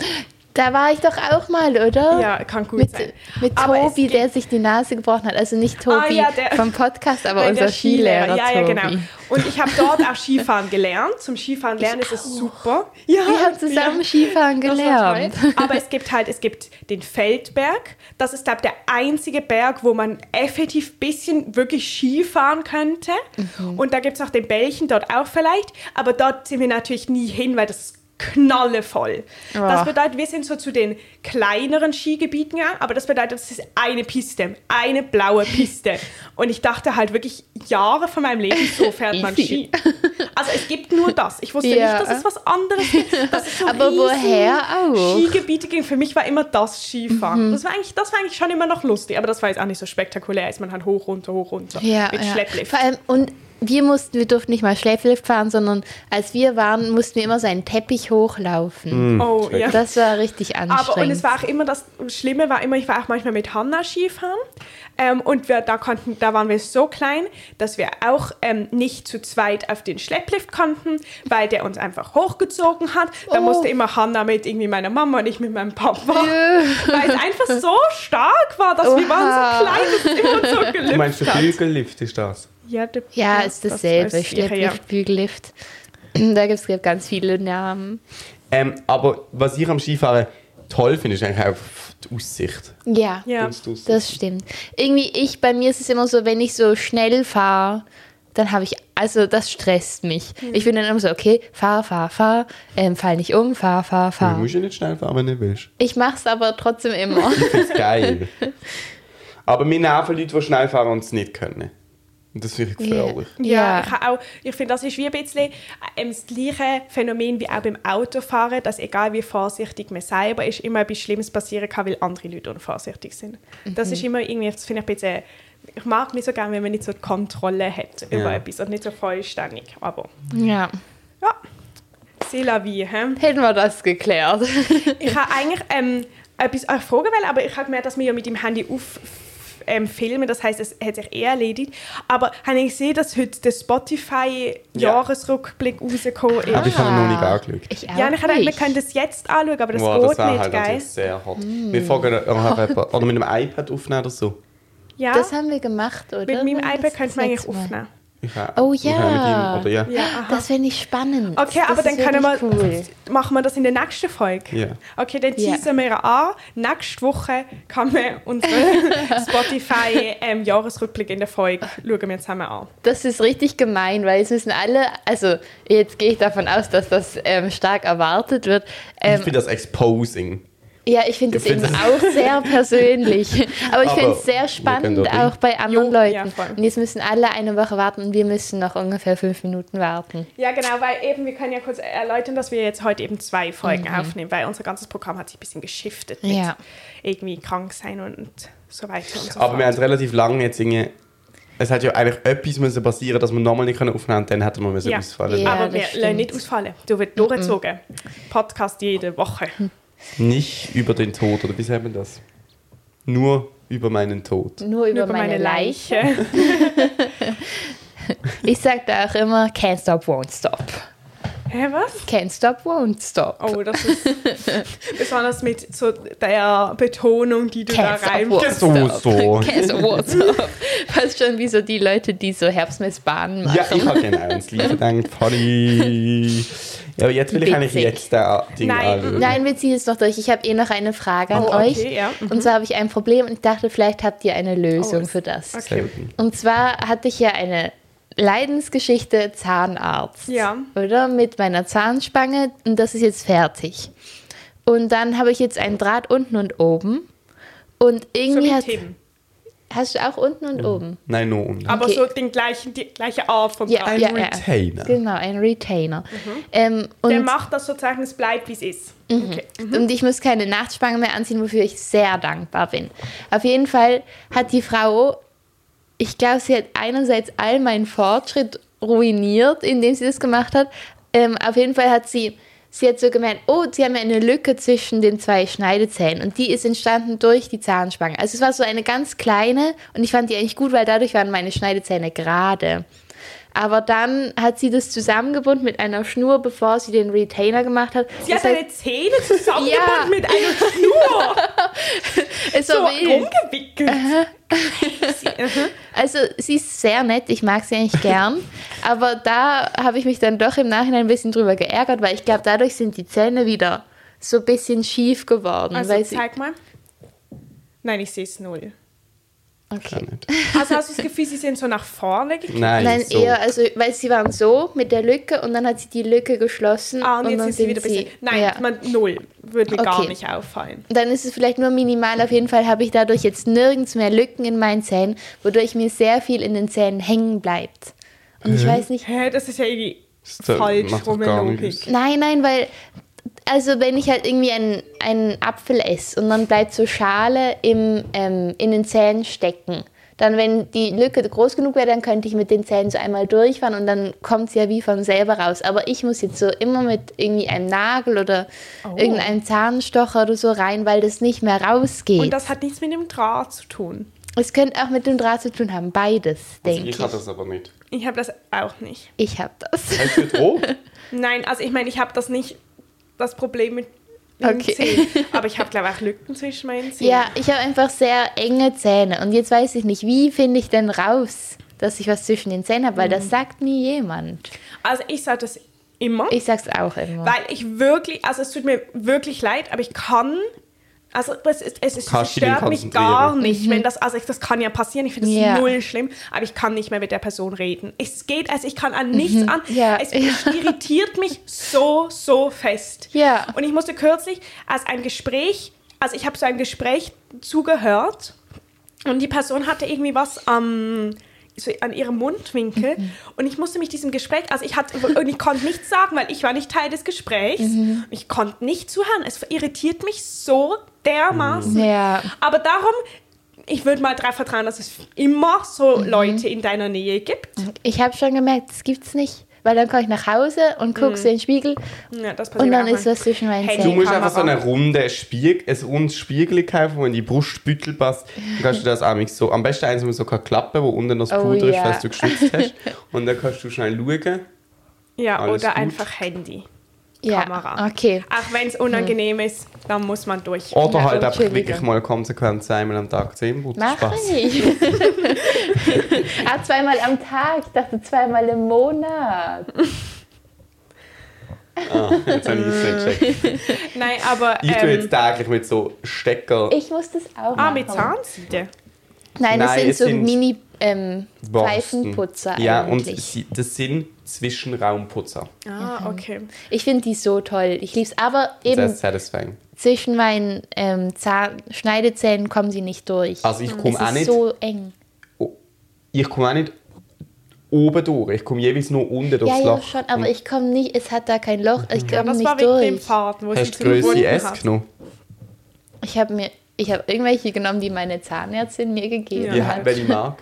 Speaker 2: Da war ich doch auch mal, oder?
Speaker 3: Ja, kann gut
Speaker 2: Oh. Mit,
Speaker 3: sein.
Speaker 2: mit
Speaker 3: Aber es
Speaker 2: Tobi,
Speaker 3: gibt-
Speaker 2: der sich die Nase gebrochen hat. Also nicht Tobi
Speaker 3: Ah, ja, der-
Speaker 2: vom Podcast, aber
Speaker 3: Nein,
Speaker 2: unser
Speaker 3: der
Speaker 2: Skilehrer.
Speaker 3: Ja, ja,
Speaker 2: Tobi.
Speaker 3: genau. Und ich habe dort auch Skifahren gelernt. Zum Skifahren lernen ist es super. Ja,
Speaker 2: Wir haben zusammen Skifahren
Speaker 3: Das war
Speaker 2: gelernt.
Speaker 3: toll. Aber es gibt halt, es gibt den Feldberg. Das ist, glaube ich, der einzige Berg, wo man effektiv ein bisschen wirklich Ski fahren könnte.
Speaker 2: Mhm.
Speaker 3: Und da gibt es noch den Bällchen dort auch vielleicht. Aber dort sind wir natürlich nie hin, weil das ist knallevoll.
Speaker 2: Ja.
Speaker 3: Das bedeutet, wir sind so zu den kleineren Skigebieten gegangen, aber das bedeutet, es ist eine Piste, eine blaue Piste. Und ich dachte halt wirklich Jahre von meinem Leben, so fährt man
Speaker 2: Easy.
Speaker 3: Ski. Also es gibt nur das. Ich wusste
Speaker 2: Ja.
Speaker 3: nicht, dass es was anderes gibt. Das ist so
Speaker 2: Aber
Speaker 3: riesen
Speaker 2: woher auch?
Speaker 3: Skigebiete ging. Für mich war immer das
Speaker 2: Mhm.
Speaker 3: Skifahren. Das, war eigentlich, das war eigentlich schon immer noch lustig, aber das war jetzt auch nicht so spektakulär. Ist man halt hoch, runter, hoch, runter.
Speaker 2: Ja,
Speaker 3: mit
Speaker 2: ja.
Speaker 3: Schlepplift.
Speaker 2: Vor allem, und wir mussten, wir durften nicht mal Schlepplift fahren, sondern als wir waren, mussten wir immer so einen Teppich hochlaufen.
Speaker 3: Oh, ja.
Speaker 2: Das war richtig anstrengend.
Speaker 3: Aber und es war auch immer das Schlimme war immer, ich war auch manchmal mit Hanna Skifahren ähm, und wir, da konnten, da waren wir so klein, dass wir auch ähm, nicht zu zweit auf den Schlepplift konnten, weil der uns einfach hochgezogen hat. Da
Speaker 2: Oh.
Speaker 3: musste immer Hanna mit irgendwie meiner Mama und ich mit meinem Papa, weil es einfach so stark war, dass wir waren so
Speaker 2: Oha.
Speaker 3: klein, dass es immer so gelüpft
Speaker 1: Du meinst, der
Speaker 3: hat.
Speaker 1: Bügellift ist das?
Speaker 3: Ja, der-
Speaker 2: ja, ist
Speaker 3: das
Speaker 2: dasselbe.
Speaker 3: weiß ich, ja,
Speaker 2: Schlepplift,
Speaker 3: ja.
Speaker 2: Bügellift. Da gibt es ganz viele Namen.
Speaker 1: Ähm, aber was ich am Skifahren toll finde, ist eigentlich auch die Aussicht.
Speaker 2: Ja,
Speaker 3: Ja.
Speaker 1: Findest du's?
Speaker 2: das stimmt. Irgendwie ich, bei mir ist es immer so, wenn ich so schnell fahre, dann habe ich, also das stresst mich.
Speaker 3: Hm.
Speaker 2: Ich bin dann immer so, okay, fahr, fahr, fahr, ähm, fall nicht um, fahr, fahr,
Speaker 1: Du
Speaker 2: fahr.
Speaker 1: musst ja nicht schnell fahren, wenn du nicht willst.
Speaker 2: Ich mach's aber trotzdem immer.
Speaker 1: Ich finde es geil. aber mir nerven Leute, die schnell fahren und es nicht können. Und das finde ich gefährlich.
Speaker 3: Ja,
Speaker 2: Ja.
Speaker 3: ich, habe auch, ich finde, das ist wie ein bisschen ähm, das gleiche Phänomen wie auch beim Autofahren, dass egal wie vorsichtig man selber ist, immer etwas Schlimmes passieren kann, weil andere Leute unvorsichtig sind.
Speaker 2: Mhm.
Speaker 3: Das ist immer irgendwie, das finde ich ein bisschen, ich mag mich so gerne, wenn man nicht so die Kontrolle hat über
Speaker 1: Ja.
Speaker 3: etwas und nicht so vollständig, aber
Speaker 2: ja,
Speaker 3: ja, c'est la vie. He?
Speaker 2: hätten wir das geklärt.
Speaker 3: Ich habe eigentlich ähm, etwas auch fragen wollen, aber ich habe gemerkt, dass wir ja mit dem Handy auf ähm, filmen, das heißt, es hat sich eh erledigt. Aber habe ich gesehen, dass heute der
Speaker 1: Ja.
Speaker 3: Spotify-Jahresrückblick
Speaker 2: Ah.
Speaker 3: rausgekommen ist?
Speaker 1: Aber ich habe ihn noch nicht angeschaut.
Speaker 2: Ich auch
Speaker 3: ja, und Ah. ich dachte, wir
Speaker 2: nicht.
Speaker 3: können das jetzt anschauen, aber das
Speaker 1: Wow,
Speaker 3: geht
Speaker 1: wär
Speaker 3: nicht,
Speaker 1: halt
Speaker 3: gell? Mm.
Speaker 1: natürlich sehr hart. Wir fragen noch jemanden, oder mit einem iPad aufnehmen oder so.
Speaker 3: Ja,
Speaker 2: Das haben wir gemacht, oder?
Speaker 3: mit meinem
Speaker 2: Das
Speaker 3: iPad könnte man
Speaker 2: nächste
Speaker 3: eigentlich
Speaker 2: Mal.
Speaker 3: aufnehmen.
Speaker 1: Ich hab-
Speaker 2: Oh
Speaker 1: ich hab
Speaker 2: ja.
Speaker 1: Mit ihm, oder ja.
Speaker 3: Ja, aha.
Speaker 2: Das finde ich spannend.
Speaker 3: Okay,
Speaker 2: das
Speaker 3: aber
Speaker 2: ist
Speaker 3: dann können wir,
Speaker 2: wirklich Cool.
Speaker 3: machen wir das in der nächsten Folge.
Speaker 1: Ja.
Speaker 3: Okay, dann
Speaker 2: Ja.
Speaker 3: teasen wir an. Nächste Woche kann man unseren Spotify-Jahresrückblick in der Folge schauen wir zusammen an.
Speaker 2: Das ist richtig gemein, weil es müssen alle, also jetzt gehe ich davon aus, dass das ähm, stark erwartet wird.
Speaker 1: Ich
Speaker 2: Ähm,
Speaker 1: finde das Exposing.
Speaker 2: Ja, ich finde das
Speaker 1: Ich
Speaker 2: eben
Speaker 1: find's-
Speaker 2: auch sehr persönlich. Aber ich
Speaker 1: Aber
Speaker 2: finde es sehr
Speaker 1: können
Speaker 2: spannend,
Speaker 1: dort hin.
Speaker 2: auch bei anderen
Speaker 3: Jo,
Speaker 2: Leuten.
Speaker 3: ja, voll.
Speaker 2: und jetzt müssen alle eine Woche warten und wir müssen noch ungefähr fünf Minuten warten.
Speaker 3: Ja, genau, weil eben, wir können ja kurz erläutern, dass wir jetzt heute eben zwei Folgen aufnehmen, weil unser ganzes Programm hat sich ein bisschen geschiftet mit
Speaker 2: Mhm. Ja.
Speaker 3: irgendwie krank sein und so weiter und so
Speaker 1: Aber
Speaker 3: fort.
Speaker 1: wir haben es relativ lange jetzt irgendwie. Es hat ja eigentlich etwas müssen passieren, dass wir nochmal nicht können aufnehmen können, dann hätten wir müssen
Speaker 3: Ja.
Speaker 1: ausfallen.
Speaker 2: Ja.
Speaker 3: Aber
Speaker 2: das
Speaker 3: wir
Speaker 2: stimmt. Mhm.
Speaker 3: lassen nicht ausfallen. Du wirst durchgezogen. Podcast jede Woche.
Speaker 1: Nicht über den Tod, oder wie sagt man das? Nur über meinen Tod.
Speaker 2: Nur über,
Speaker 3: Nur über
Speaker 2: meine, Leiche. Ich sage da auch immer, can't stop, won't stop.
Speaker 3: Hä, was?
Speaker 2: Can't stop, won't stop.
Speaker 3: Oh, das ist besonders mit so der Betonung, die du
Speaker 2: Can't
Speaker 3: da
Speaker 2: stop, won't
Speaker 3: reimst.
Speaker 1: So,
Speaker 2: stop.
Speaker 1: so.
Speaker 2: Can't stop, Also, won't stop. Fast schon wie so die Leute, die so Herbstmissbahnen machen.
Speaker 1: Ja, ich habe genau ins Lied gedacht, Polly. Ja, aber jetzt will ich eigentlich
Speaker 2: Witzig.
Speaker 1: jetzt da Ding
Speaker 3: Nein,
Speaker 1: anschauen.
Speaker 2: Nein, wir ziehen es noch durch. Ich habe eh noch eine Frage an
Speaker 3: Oh, okay,
Speaker 2: euch.
Speaker 3: ja.
Speaker 2: Und zwar habe ich ein Problem und ich dachte, vielleicht habt ihr eine Lösung
Speaker 3: Oh,
Speaker 2: für das.
Speaker 3: okay.
Speaker 1: Selten.
Speaker 2: Und zwar hatte ich ja eine Leidensgeschichte Zahnarzt.
Speaker 3: Ja.
Speaker 2: Oder mit meiner Zahnspange und das ist jetzt fertig. Und dann habe ich jetzt einen Draht unten und oben. Und
Speaker 3: So
Speaker 2: irgendwie
Speaker 3: wie
Speaker 2: hat,
Speaker 3: Tim.
Speaker 2: hast du auch unten und oben.
Speaker 1: Nein, nur um. unten.
Speaker 3: Aber
Speaker 2: Okay.
Speaker 3: so den gleichen, die gleiche Art von
Speaker 2: Ja,
Speaker 3: Draht.
Speaker 2: ja, ja.
Speaker 1: Retainer.
Speaker 2: Genau, ein Retainer. Ähm, und,
Speaker 3: Mhm.
Speaker 2: Mhm.
Speaker 3: Der macht das sozusagen, es bleibt wie es ist. Okay.
Speaker 2: und ich muss keine Nachtspange mehr anziehen, wofür ich sehr dankbar bin. Auf jeden Fall hat die Frau, ich glaube, sie hat einerseits all meinen Fortschritt ruiniert, indem sie das gemacht hat. Ähm, auf jeden Fall hat sie, sie hat so gemeint, oh, sie haben ja eine Lücke zwischen den zwei Schneidezähnen und die ist entstanden durch die Zahnspange. Also es war so eine ganz kleine und ich fand die eigentlich gut, weil dadurch waren meine Schneidezähne gerade. Aber dann hat sie das zusammengebunden mit einer Schnur, bevor sie den Retainer gemacht hat.
Speaker 3: Sie
Speaker 2: Das
Speaker 3: hat
Speaker 2: heißt,
Speaker 3: seine Zähne zusammengebunden
Speaker 2: Ja.
Speaker 3: mit einer Schnur.
Speaker 2: es
Speaker 3: so
Speaker 2: war wild.
Speaker 3: rumgewickelt. Crazy. Mhm.
Speaker 2: Also sie ist sehr nett, ich mag sie eigentlich gern, aber da habe ich mich dann doch im Nachhinein ein bisschen drüber geärgert, weil ich glaube, dadurch sind die Zähne wieder so ein bisschen schief geworden.
Speaker 3: Also
Speaker 2: weil sie,
Speaker 3: zeig mal. Nein, ich sehe es null.
Speaker 1: Kann
Speaker 2: okay.
Speaker 1: nicht.
Speaker 3: Also hast du das Gefühl, sie sind so nach vorne gekippt?
Speaker 1: Nein,
Speaker 2: Nein,
Speaker 1: so.
Speaker 2: eher, also weil sie waren so mit der Lücke und dann hat sie die Lücke geschlossen
Speaker 3: Ah, und, jetzt
Speaker 2: dann
Speaker 3: sind sie
Speaker 2: sind
Speaker 3: wieder ein bisschen... Nein,
Speaker 2: ja.
Speaker 3: man, null. Würde mir gar
Speaker 2: Okay.
Speaker 3: nicht auffallen.
Speaker 2: dann ist es vielleicht nur minimal. Auf jeden Fall habe ich dadurch jetzt nirgends mehr Lücken in meinen Zähnen, wodurch mir sehr viel in den Zähnen hängen bleibt. Und ich weiß nicht,
Speaker 3: Hä, das ist ja irgendwie
Speaker 1: Das
Speaker 3: falsch
Speaker 1: macht
Speaker 3: rum
Speaker 1: gar
Speaker 3: Logik.
Speaker 1: nichts.
Speaker 2: Nein, nein, weil, also wenn ich halt irgendwie einen, einen Apfel esse und dann bleibt so Schale im, ähm, in den Zähnen stecken, dann wenn die Lücke groß genug wäre, dann könnte ich mit den Zähnen so einmal durchfahren und dann kommt es ja wie von selber raus. Aber ich muss jetzt so immer mit irgendwie einem Nagel oder
Speaker 3: Oh.
Speaker 2: irgendeinem Zahnstocher oder so rein, weil das nicht mehr
Speaker 3: Und
Speaker 2: rausgeht.
Speaker 3: das hat nichts mit dem Draht zu tun.
Speaker 2: Es könnte auch mit dem Draht zu tun haben, beides,
Speaker 1: Also
Speaker 2: denke
Speaker 1: ich
Speaker 2: ich.
Speaker 1: hatte das aber nicht.
Speaker 3: Ich habe das auch nicht.
Speaker 2: Ich habe das.
Speaker 1: Hast du Drogen?
Speaker 3: Nein, also ich meine, ich habe das nicht, das Problem mit mit
Speaker 2: Okay.
Speaker 3: den Zähnen. Aber ich habe, glaube ich, auch Lücken zwischen meinen Zähnen.
Speaker 2: Ja, ich habe einfach sehr enge Zähne und jetzt weiß ich nicht, wie finde ich denn raus, dass ich was zwischen den Zähnen habe, weil
Speaker 3: Mhm.
Speaker 2: das sagt nie jemand.
Speaker 3: Also ich sage das immer.
Speaker 2: Ich sag's auch immer.
Speaker 3: Weil ich wirklich, also es tut mir wirklich leid, aber ich kann, also es, ist, es, ist, es
Speaker 1: Kannst du dich
Speaker 3: stört mich
Speaker 1: konzentrieren?
Speaker 3: gar nicht, wenn das, also ich, das kann ja passieren, ich finde das
Speaker 2: Mhm. Ja.
Speaker 3: null schlimm, aber ich kann nicht mehr mit der Person reden. Es geht, also ich kann an nichts an,
Speaker 2: Mhm. Ja,
Speaker 3: es
Speaker 2: ja.
Speaker 3: irritiert mich so, so fest.
Speaker 2: Ja.
Speaker 3: Und ich musste kürzlich als ein Gespräch, also ich habe so ein Gespräch zugehört und die Person hatte irgendwie was am so an ihrem Mundwinkel
Speaker 2: Mhm.
Speaker 3: und ich musste mich diesem Gespräch, also ich hatte und ich konnte nichts sagen, weil ich war nicht Teil des Gesprächs.
Speaker 2: Mhm.
Speaker 3: Ich konnte nicht zuhören. Es irritiert mich so dermaßen.
Speaker 2: Ja.
Speaker 3: Aber darum, ich würde mal darauf vertrauen, dass es immer so
Speaker 2: Mhm.
Speaker 3: Leute in deiner Nähe gibt.
Speaker 2: Ich habe schon gemerkt, das gibt's nicht, weil dann komme ich nach Hause und gucke so in den Spiegel
Speaker 3: Ja, das Mhm. passiert
Speaker 2: und
Speaker 3: mir
Speaker 2: dann
Speaker 3: auch
Speaker 2: ist
Speaker 3: mal.
Speaker 2: was zwischen meinen
Speaker 3: Hey,
Speaker 1: Du
Speaker 3: Die
Speaker 2: Zähnen.
Speaker 1: musst
Speaker 3: Kamera.
Speaker 1: einfach so eine runde Spiegel, ein rundes Spiegel kaufen, wo in die Brustbüttel passt. Dann kannst du das auch nicht so. Am besten eins mit so einer Klappe, wo unten noch das
Speaker 2: Oh
Speaker 1: Puder ist,
Speaker 2: ja.
Speaker 1: falls du geschwitzt hast. Und dann kannst du schnell schauen.
Speaker 3: Ja,
Speaker 1: Alles
Speaker 3: oder
Speaker 1: gut.
Speaker 3: einfach Handy.
Speaker 2: Ja,
Speaker 3: Kamera.
Speaker 2: okay.
Speaker 3: Auch wenn es unangenehm ist, dann muss man durch.
Speaker 1: Oder halt
Speaker 2: Ja,
Speaker 1: einfach wirklich
Speaker 2: Entschuldigung.
Speaker 1: mal konsequent einmal am Tag zehn Minuten
Speaker 2: Mach
Speaker 1: Spaß.
Speaker 2: ich. ah, zweimal am Tag. Ich dachte zweimal im Monat.
Speaker 1: Jetzt habe ich es nicht gecheckt.
Speaker 3: Nein, aber.
Speaker 1: Ich tue jetzt
Speaker 3: Ähm,
Speaker 1: täglich mit so Stecker.
Speaker 2: Ich muss das auch
Speaker 3: ah,
Speaker 2: machen.
Speaker 3: mit Zahnseide.
Speaker 2: Nein, das
Speaker 1: Nein,
Speaker 2: sind
Speaker 1: es
Speaker 2: so
Speaker 1: sind
Speaker 2: Mini ähm,
Speaker 1: Borsten.
Speaker 2: Pfeifenputzer
Speaker 1: Ja,
Speaker 2: eigentlich.
Speaker 1: und sie, das sind Zwischenraumputzer.
Speaker 3: Ah, okay.
Speaker 2: Ich finde die so toll. Ich lieb's. Aber eben,
Speaker 1: Sehr satisfying.
Speaker 2: zwischen meinen ähm, Zahn Schneidezähnen kommen sie nicht durch. Mhm.
Speaker 1: Also ich
Speaker 2: es
Speaker 1: komme auch
Speaker 2: ist
Speaker 1: nicht,
Speaker 2: so eng.
Speaker 1: ich komme auch nicht oben durch. Ich komme jeweils nur unten durchs
Speaker 2: Ja, ja,
Speaker 1: Loch. Mhm.
Speaker 2: schon, aber ich komme nicht, es hat da kein Loch, ich komme
Speaker 3: Das war
Speaker 2: nicht
Speaker 3: wegen dem
Speaker 2: durch.
Speaker 3: Faden, wo sie
Speaker 1: Hast du
Speaker 3: zu
Speaker 1: Größe
Speaker 3: gefunden
Speaker 1: S
Speaker 3: hat.
Speaker 1: genommen?
Speaker 2: Ich habe mir, ich habe irgendwelche genommen, die meine Zahnärztin mir gegeben
Speaker 1: Ja,
Speaker 2: hat.
Speaker 1: wenn ich mag.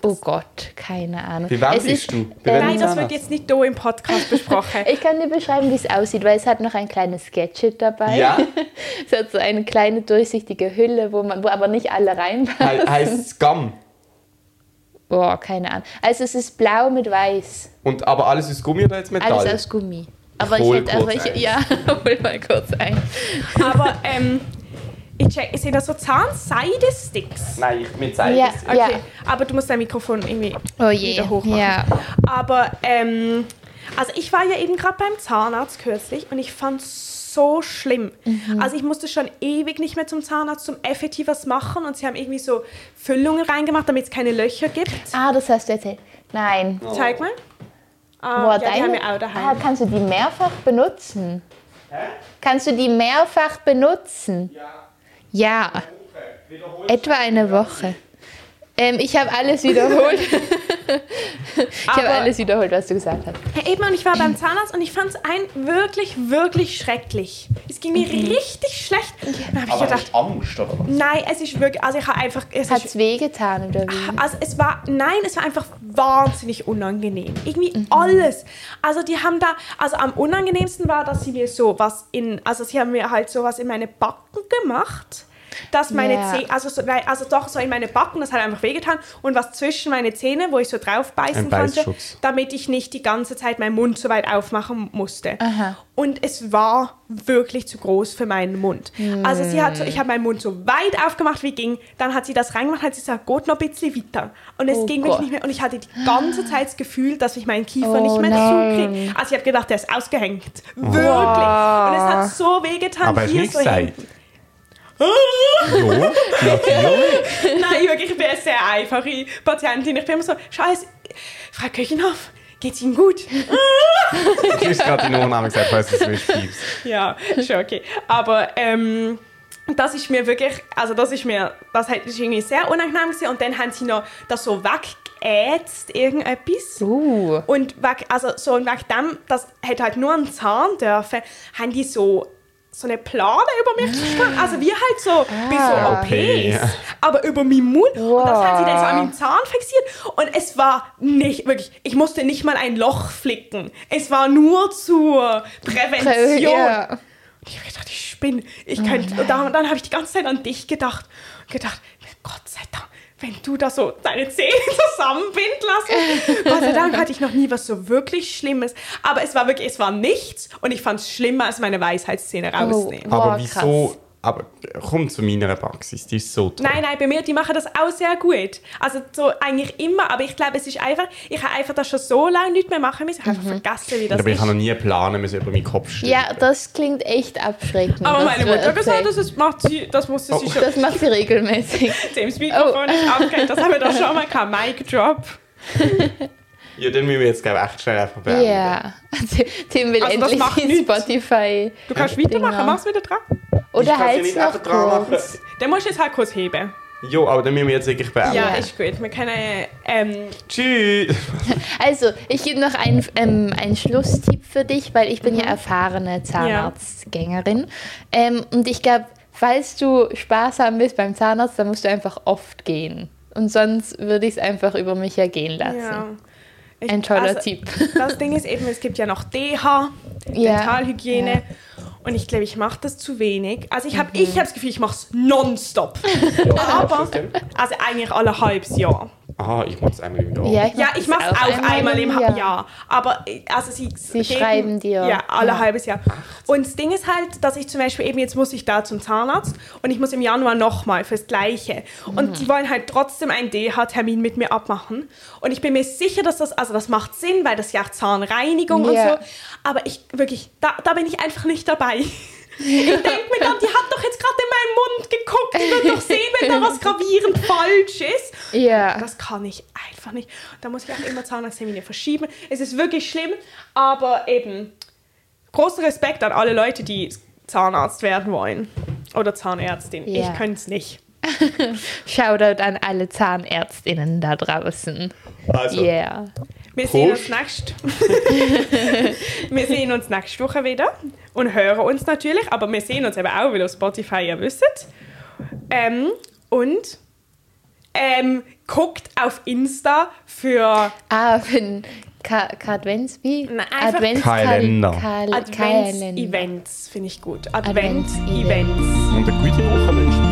Speaker 2: Oh Gott, keine Ahnung.
Speaker 1: Wie warm
Speaker 2: Es
Speaker 1: bist
Speaker 2: ist-
Speaker 1: du? Bei
Speaker 2: Ähm,
Speaker 1: welchem
Speaker 3: Nein, das
Speaker 1: Zahnarzt?
Speaker 3: wird jetzt nicht hier im Podcast besprochen.
Speaker 2: Ich kann dir beschreiben, wie es aussieht, weil es hat noch ein kleines Gadget dabei.
Speaker 1: Ja?
Speaker 2: Es hat so eine kleine durchsichtige Hülle, wo, man, wo aber nicht alle
Speaker 1: He
Speaker 2: reinpassen.
Speaker 1: heißt Scum.
Speaker 2: Boah, keine Ahnung. Also es ist blau mit weiß.
Speaker 1: Und aber alles aus Gummi oder jetzt Metall?
Speaker 2: Alles aus Gummi. Aber ich
Speaker 1: hol
Speaker 2: hätte aber
Speaker 1: kurz
Speaker 2: ich,
Speaker 1: ein.
Speaker 2: ja, hol mal kurz ein.
Speaker 3: Aber ähm, ich check, sind das so Zahnseidesticks?
Speaker 1: Nein, ich mir zeige
Speaker 2: Ja.
Speaker 1: es. dir.
Speaker 3: Okay,
Speaker 2: Ja.
Speaker 3: aber du musst dein Mikrofon irgendwie
Speaker 2: Oh je.
Speaker 3: wieder hochmachen.
Speaker 2: Ja.
Speaker 3: Aber ähm, also ich war ja eben gerade beim Zahnarzt kürzlich und ich fand so schlimm.
Speaker 2: Mhm.
Speaker 3: Also ich musste schon ewig nicht mehr zum Zahnarzt, zum effektiv was machen und sie haben irgendwie so Füllungen reingemacht, damit es keine Löcher gibt.
Speaker 2: Ah, das hast du erzählt. Nein.
Speaker 3: Zeig mal. Ah,
Speaker 2: Oh. Boah,
Speaker 3: Oh, ja, die haben wir auch daheim.
Speaker 2: ah, kannst du die mehrfach benutzen? Kannst du die mehrfach benutzen? Ja. Etwa eine Woche. Ähm, ich habe alles wiederholt. ich habe
Speaker 3: Aber-
Speaker 2: alles wiederholt, was du gesagt hast.
Speaker 3: Ja, eben, und ich war beim Zahnarzt und ich fand es ein wirklich, wirklich schrecklich. Es ging mir richtig schlecht. Dann habe ich gedacht,
Speaker 1: Angst oder was?
Speaker 3: nein, es ist wirklich, also ich habe einfach, es,
Speaker 2: Hat
Speaker 3: ist,
Speaker 2: es wehgetan oder wie?
Speaker 3: also es war, nein, es war einfach wahnsinnig unangenehm. Irgendwie alles. Also die haben da, also am unangenehmsten war, dass sie mir so was in, also sie haben mir halt so was in meine Backen gemacht. Dass meine
Speaker 2: Ja.
Speaker 3: Zähne, also, so, also doch so in meine Backen, das hat einfach wehgetan. Und was zwischen meine Zähne, wo ich so drauf beißen
Speaker 1: Ein
Speaker 3: konnte,
Speaker 1: Beißschutz.
Speaker 3: damit ich nicht die ganze Zeit meinen Mund so weit aufmachen musste. Und es war wirklich zu groß für meinen Mund. Also sie hat so, ich habe meinen Mund so weit aufgemacht, wie ging. Dann hat sie das reingemacht, hat sie gesagt, gut, noch ein bisschen weiter. Und es
Speaker 2: Oh
Speaker 3: ging
Speaker 2: Gott.
Speaker 3: wirklich nicht mehr. Und ich hatte die ganze Zeit das Gefühl, dass ich meinen Kiefer
Speaker 2: Oh
Speaker 3: nicht mehr
Speaker 2: nein.
Speaker 3: zukriege. Also ich habe gedacht, der ist ausgehängt. Wirklich.
Speaker 2: Wow.
Speaker 3: Und es hat so wehgetan.
Speaker 1: Aber hast du
Speaker 3: hier
Speaker 1: nicht
Speaker 3: so
Speaker 1: gesagt?
Speaker 3: hinten.
Speaker 1: Ja, natürlich.
Speaker 3: Nein, wirklich, ich bin eine sehr einfache Patientin. Ich bin immer so, scheiße, Frau Köchenhoff, geht's Ihnen gut?
Speaker 1: Du hast gerade den Urnamen gesagt, falls du es nicht gibst.
Speaker 3: Ja, schon okay. Aber ähm, das ist mir wirklich, also das ist mir, das hat- ist irgendwie sehr unangenehm gewesen. Und dann haben sie noch das so weggeätzt, irgendetwas.
Speaker 2: Uh.
Speaker 3: Und weg, also so und wegen dem, das hätte halt nur ein Zahn dürfen, haben die so so eine Plane über mich gespannt. Also wie halt so bei so
Speaker 2: Ah.
Speaker 3: OPs.
Speaker 1: Okay, ja.
Speaker 3: Aber über meinen Mund. Und das haben sie dann so an
Speaker 2: Wow.
Speaker 3: meinem Zahn fixiert. Und es war nicht, wirklich, ich musste nicht mal ein Loch flicken. Es war nur zur Prävention.
Speaker 2: Ah, Ja. Oh
Speaker 3: Und ich habe gedacht, ich spinne. Ich könnte. und dann, dann habe ich die ganze Zeit an dich gedacht und gedacht, Gott sei Dank, wenn du da so deine Zähne zusammenbinden lässt. Gott sei Dank hatte ich noch nie was so wirklich Schlimmes. Aber es war wirklich, es war nichts und ich fand es schlimmer, als meine Weisheitszähne
Speaker 2: Oh.
Speaker 3: rausnehmen.
Speaker 2: Boah,
Speaker 1: Aber wieso?
Speaker 2: krass.
Speaker 1: Aber komm zu meiner Praxis, die ist so toll.
Speaker 3: Nein, nein, bei mir, die machen das auch sehr gut. Also so eigentlich immer, aber ich glaube, es ist einfach, ich habe einfach das schon so lange nicht mehr machen müssen. Ich habe
Speaker 2: Mhm.
Speaker 3: einfach vergessen, wie das
Speaker 1: aber ich
Speaker 3: ist.
Speaker 1: habe noch nie planen müssen über meinen Kopf stellen.
Speaker 2: ja, das klingt echt abschreckend.
Speaker 3: aber
Speaker 2: was
Speaker 3: meine
Speaker 2: du
Speaker 3: Mutter hat gesagt,
Speaker 2: erzählst.
Speaker 3: das macht sie, das musste sie
Speaker 1: Oh.
Speaker 3: schon
Speaker 2: äh, das macht sie regelmäßig.
Speaker 3: James Mikrofon
Speaker 2: Oh.
Speaker 3: ist abgehängt. Das haben wir doch schon mal gehabt. Mic Drop.
Speaker 1: Ja, dann müssen wir jetzt glaub, ich, echt schnell einfach
Speaker 2: Ja.
Speaker 1: beenden.
Speaker 2: Also, Tim will
Speaker 3: Also das
Speaker 2: endlich
Speaker 3: macht
Speaker 2: die
Speaker 3: nichts.
Speaker 2: Spotify.
Speaker 3: Du kannst weitermachen.
Speaker 2: Genau.
Speaker 3: Mach's wieder dran.
Speaker 1: kann's
Speaker 2: Oder
Speaker 1: ja
Speaker 2: halt's
Speaker 1: nicht
Speaker 2: noch
Speaker 1: einfach dran
Speaker 2: kurz.
Speaker 1: machen.
Speaker 3: Dann musst du jetzt halt kurz heben.
Speaker 1: Jo, aber dann müssen wir jetzt wirklich beenden.
Speaker 3: Ja,
Speaker 2: Ja.
Speaker 3: ist gut. Wir können... Ähm,
Speaker 1: Tschüss.
Speaker 2: Also, ich gebe noch einen, ähm, einen Schlusstipp für dich, weil ich
Speaker 3: Mhm.
Speaker 2: bin ja erfahrene Zahnarztgängerin. Ähm, und ich glaube, falls du Spaß haben willst beim Zahnarzt, dann musst du einfach oft gehen. Und sonst würde ich es einfach über mich ergehen lassen.
Speaker 3: ja. Ich-
Speaker 2: Ein toller
Speaker 3: also,
Speaker 2: Tipp.
Speaker 3: Das Ding ist eben, es gibt ja noch DH,
Speaker 2: Ja.
Speaker 3: Dentalhygiene. Und ich glaube, ich mache das zu wenig. Also ich habe ich hab das Gefühl, ich mache es nonstop. Aber, also eigentlich alle halbes Jahr.
Speaker 1: Ah, ich muss einmal im Jahr.
Speaker 2: Ja, ich
Speaker 3: Ja,
Speaker 2: mach das
Speaker 3: ich mache es auch, einmal im Jahr.
Speaker 2: Jahr.
Speaker 3: Aber äh, also sie, sie
Speaker 2: schreiben dir.
Speaker 3: Ja, alle
Speaker 2: Ja.
Speaker 3: halbes Jahr. Und das Ding ist halt, dass ich zum Beispiel eben jetzt muss ich da zum Zahnarzt und ich muss im Januar nochmal fürs Gleiche. Und die wollen halt trotzdem einen DH-Termin mit mir abmachen. Und ich bin mir sicher, dass das, also das macht Sinn, weil das ja auch Zahnreinigung
Speaker 2: Ja.
Speaker 3: und so. Aber ich wirklich, da, da bin ich einfach nicht dabei. Ich denke mir dann, die hat doch jetzt gerade in meinen Mund geguckt. Die wird doch sehen, wenn da was gravierend falsch ist.
Speaker 2: Ja.
Speaker 3: Äh, Das kann ich einfach nicht. Da muss ich auch immer Zahnarzttermine verschieben. Es ist wirklich schlimm, aber eben großen Respekt an alle Leute, die Zahnarzt werden wollen. Oder Zahnärztin.
Speaker 2: Ja.
Speaker 3: Ich könnte es nicht.
Speaker 2: Shoutout an alle Zahnärztinnen da draußen.
Speaker 1: Also,
Speaker 2: Yeah.
Speaker 3: Wir sehen uns
Speaker 1: Prost.
Speaker 3: nächst. wir sehen uns nächste Woche wieder und hören uns natürlich, aber wir sehen uns eben auch, weil auf Spotify ihr wisst. Ähm, und ähm, guckt auf Insta für
Speaker 2: Ah, für den Ka Kadvents wie?
Speaker 3: Nein, einfach
Speaker 1: Kalender.
Speaker 2: Kal Kalender.
Speaker 3: Advents-Events, finde ich gut. Advents-Events.
Speaker 2: Advents-Events.
Speaker 1: und eine gute Woche wünschen.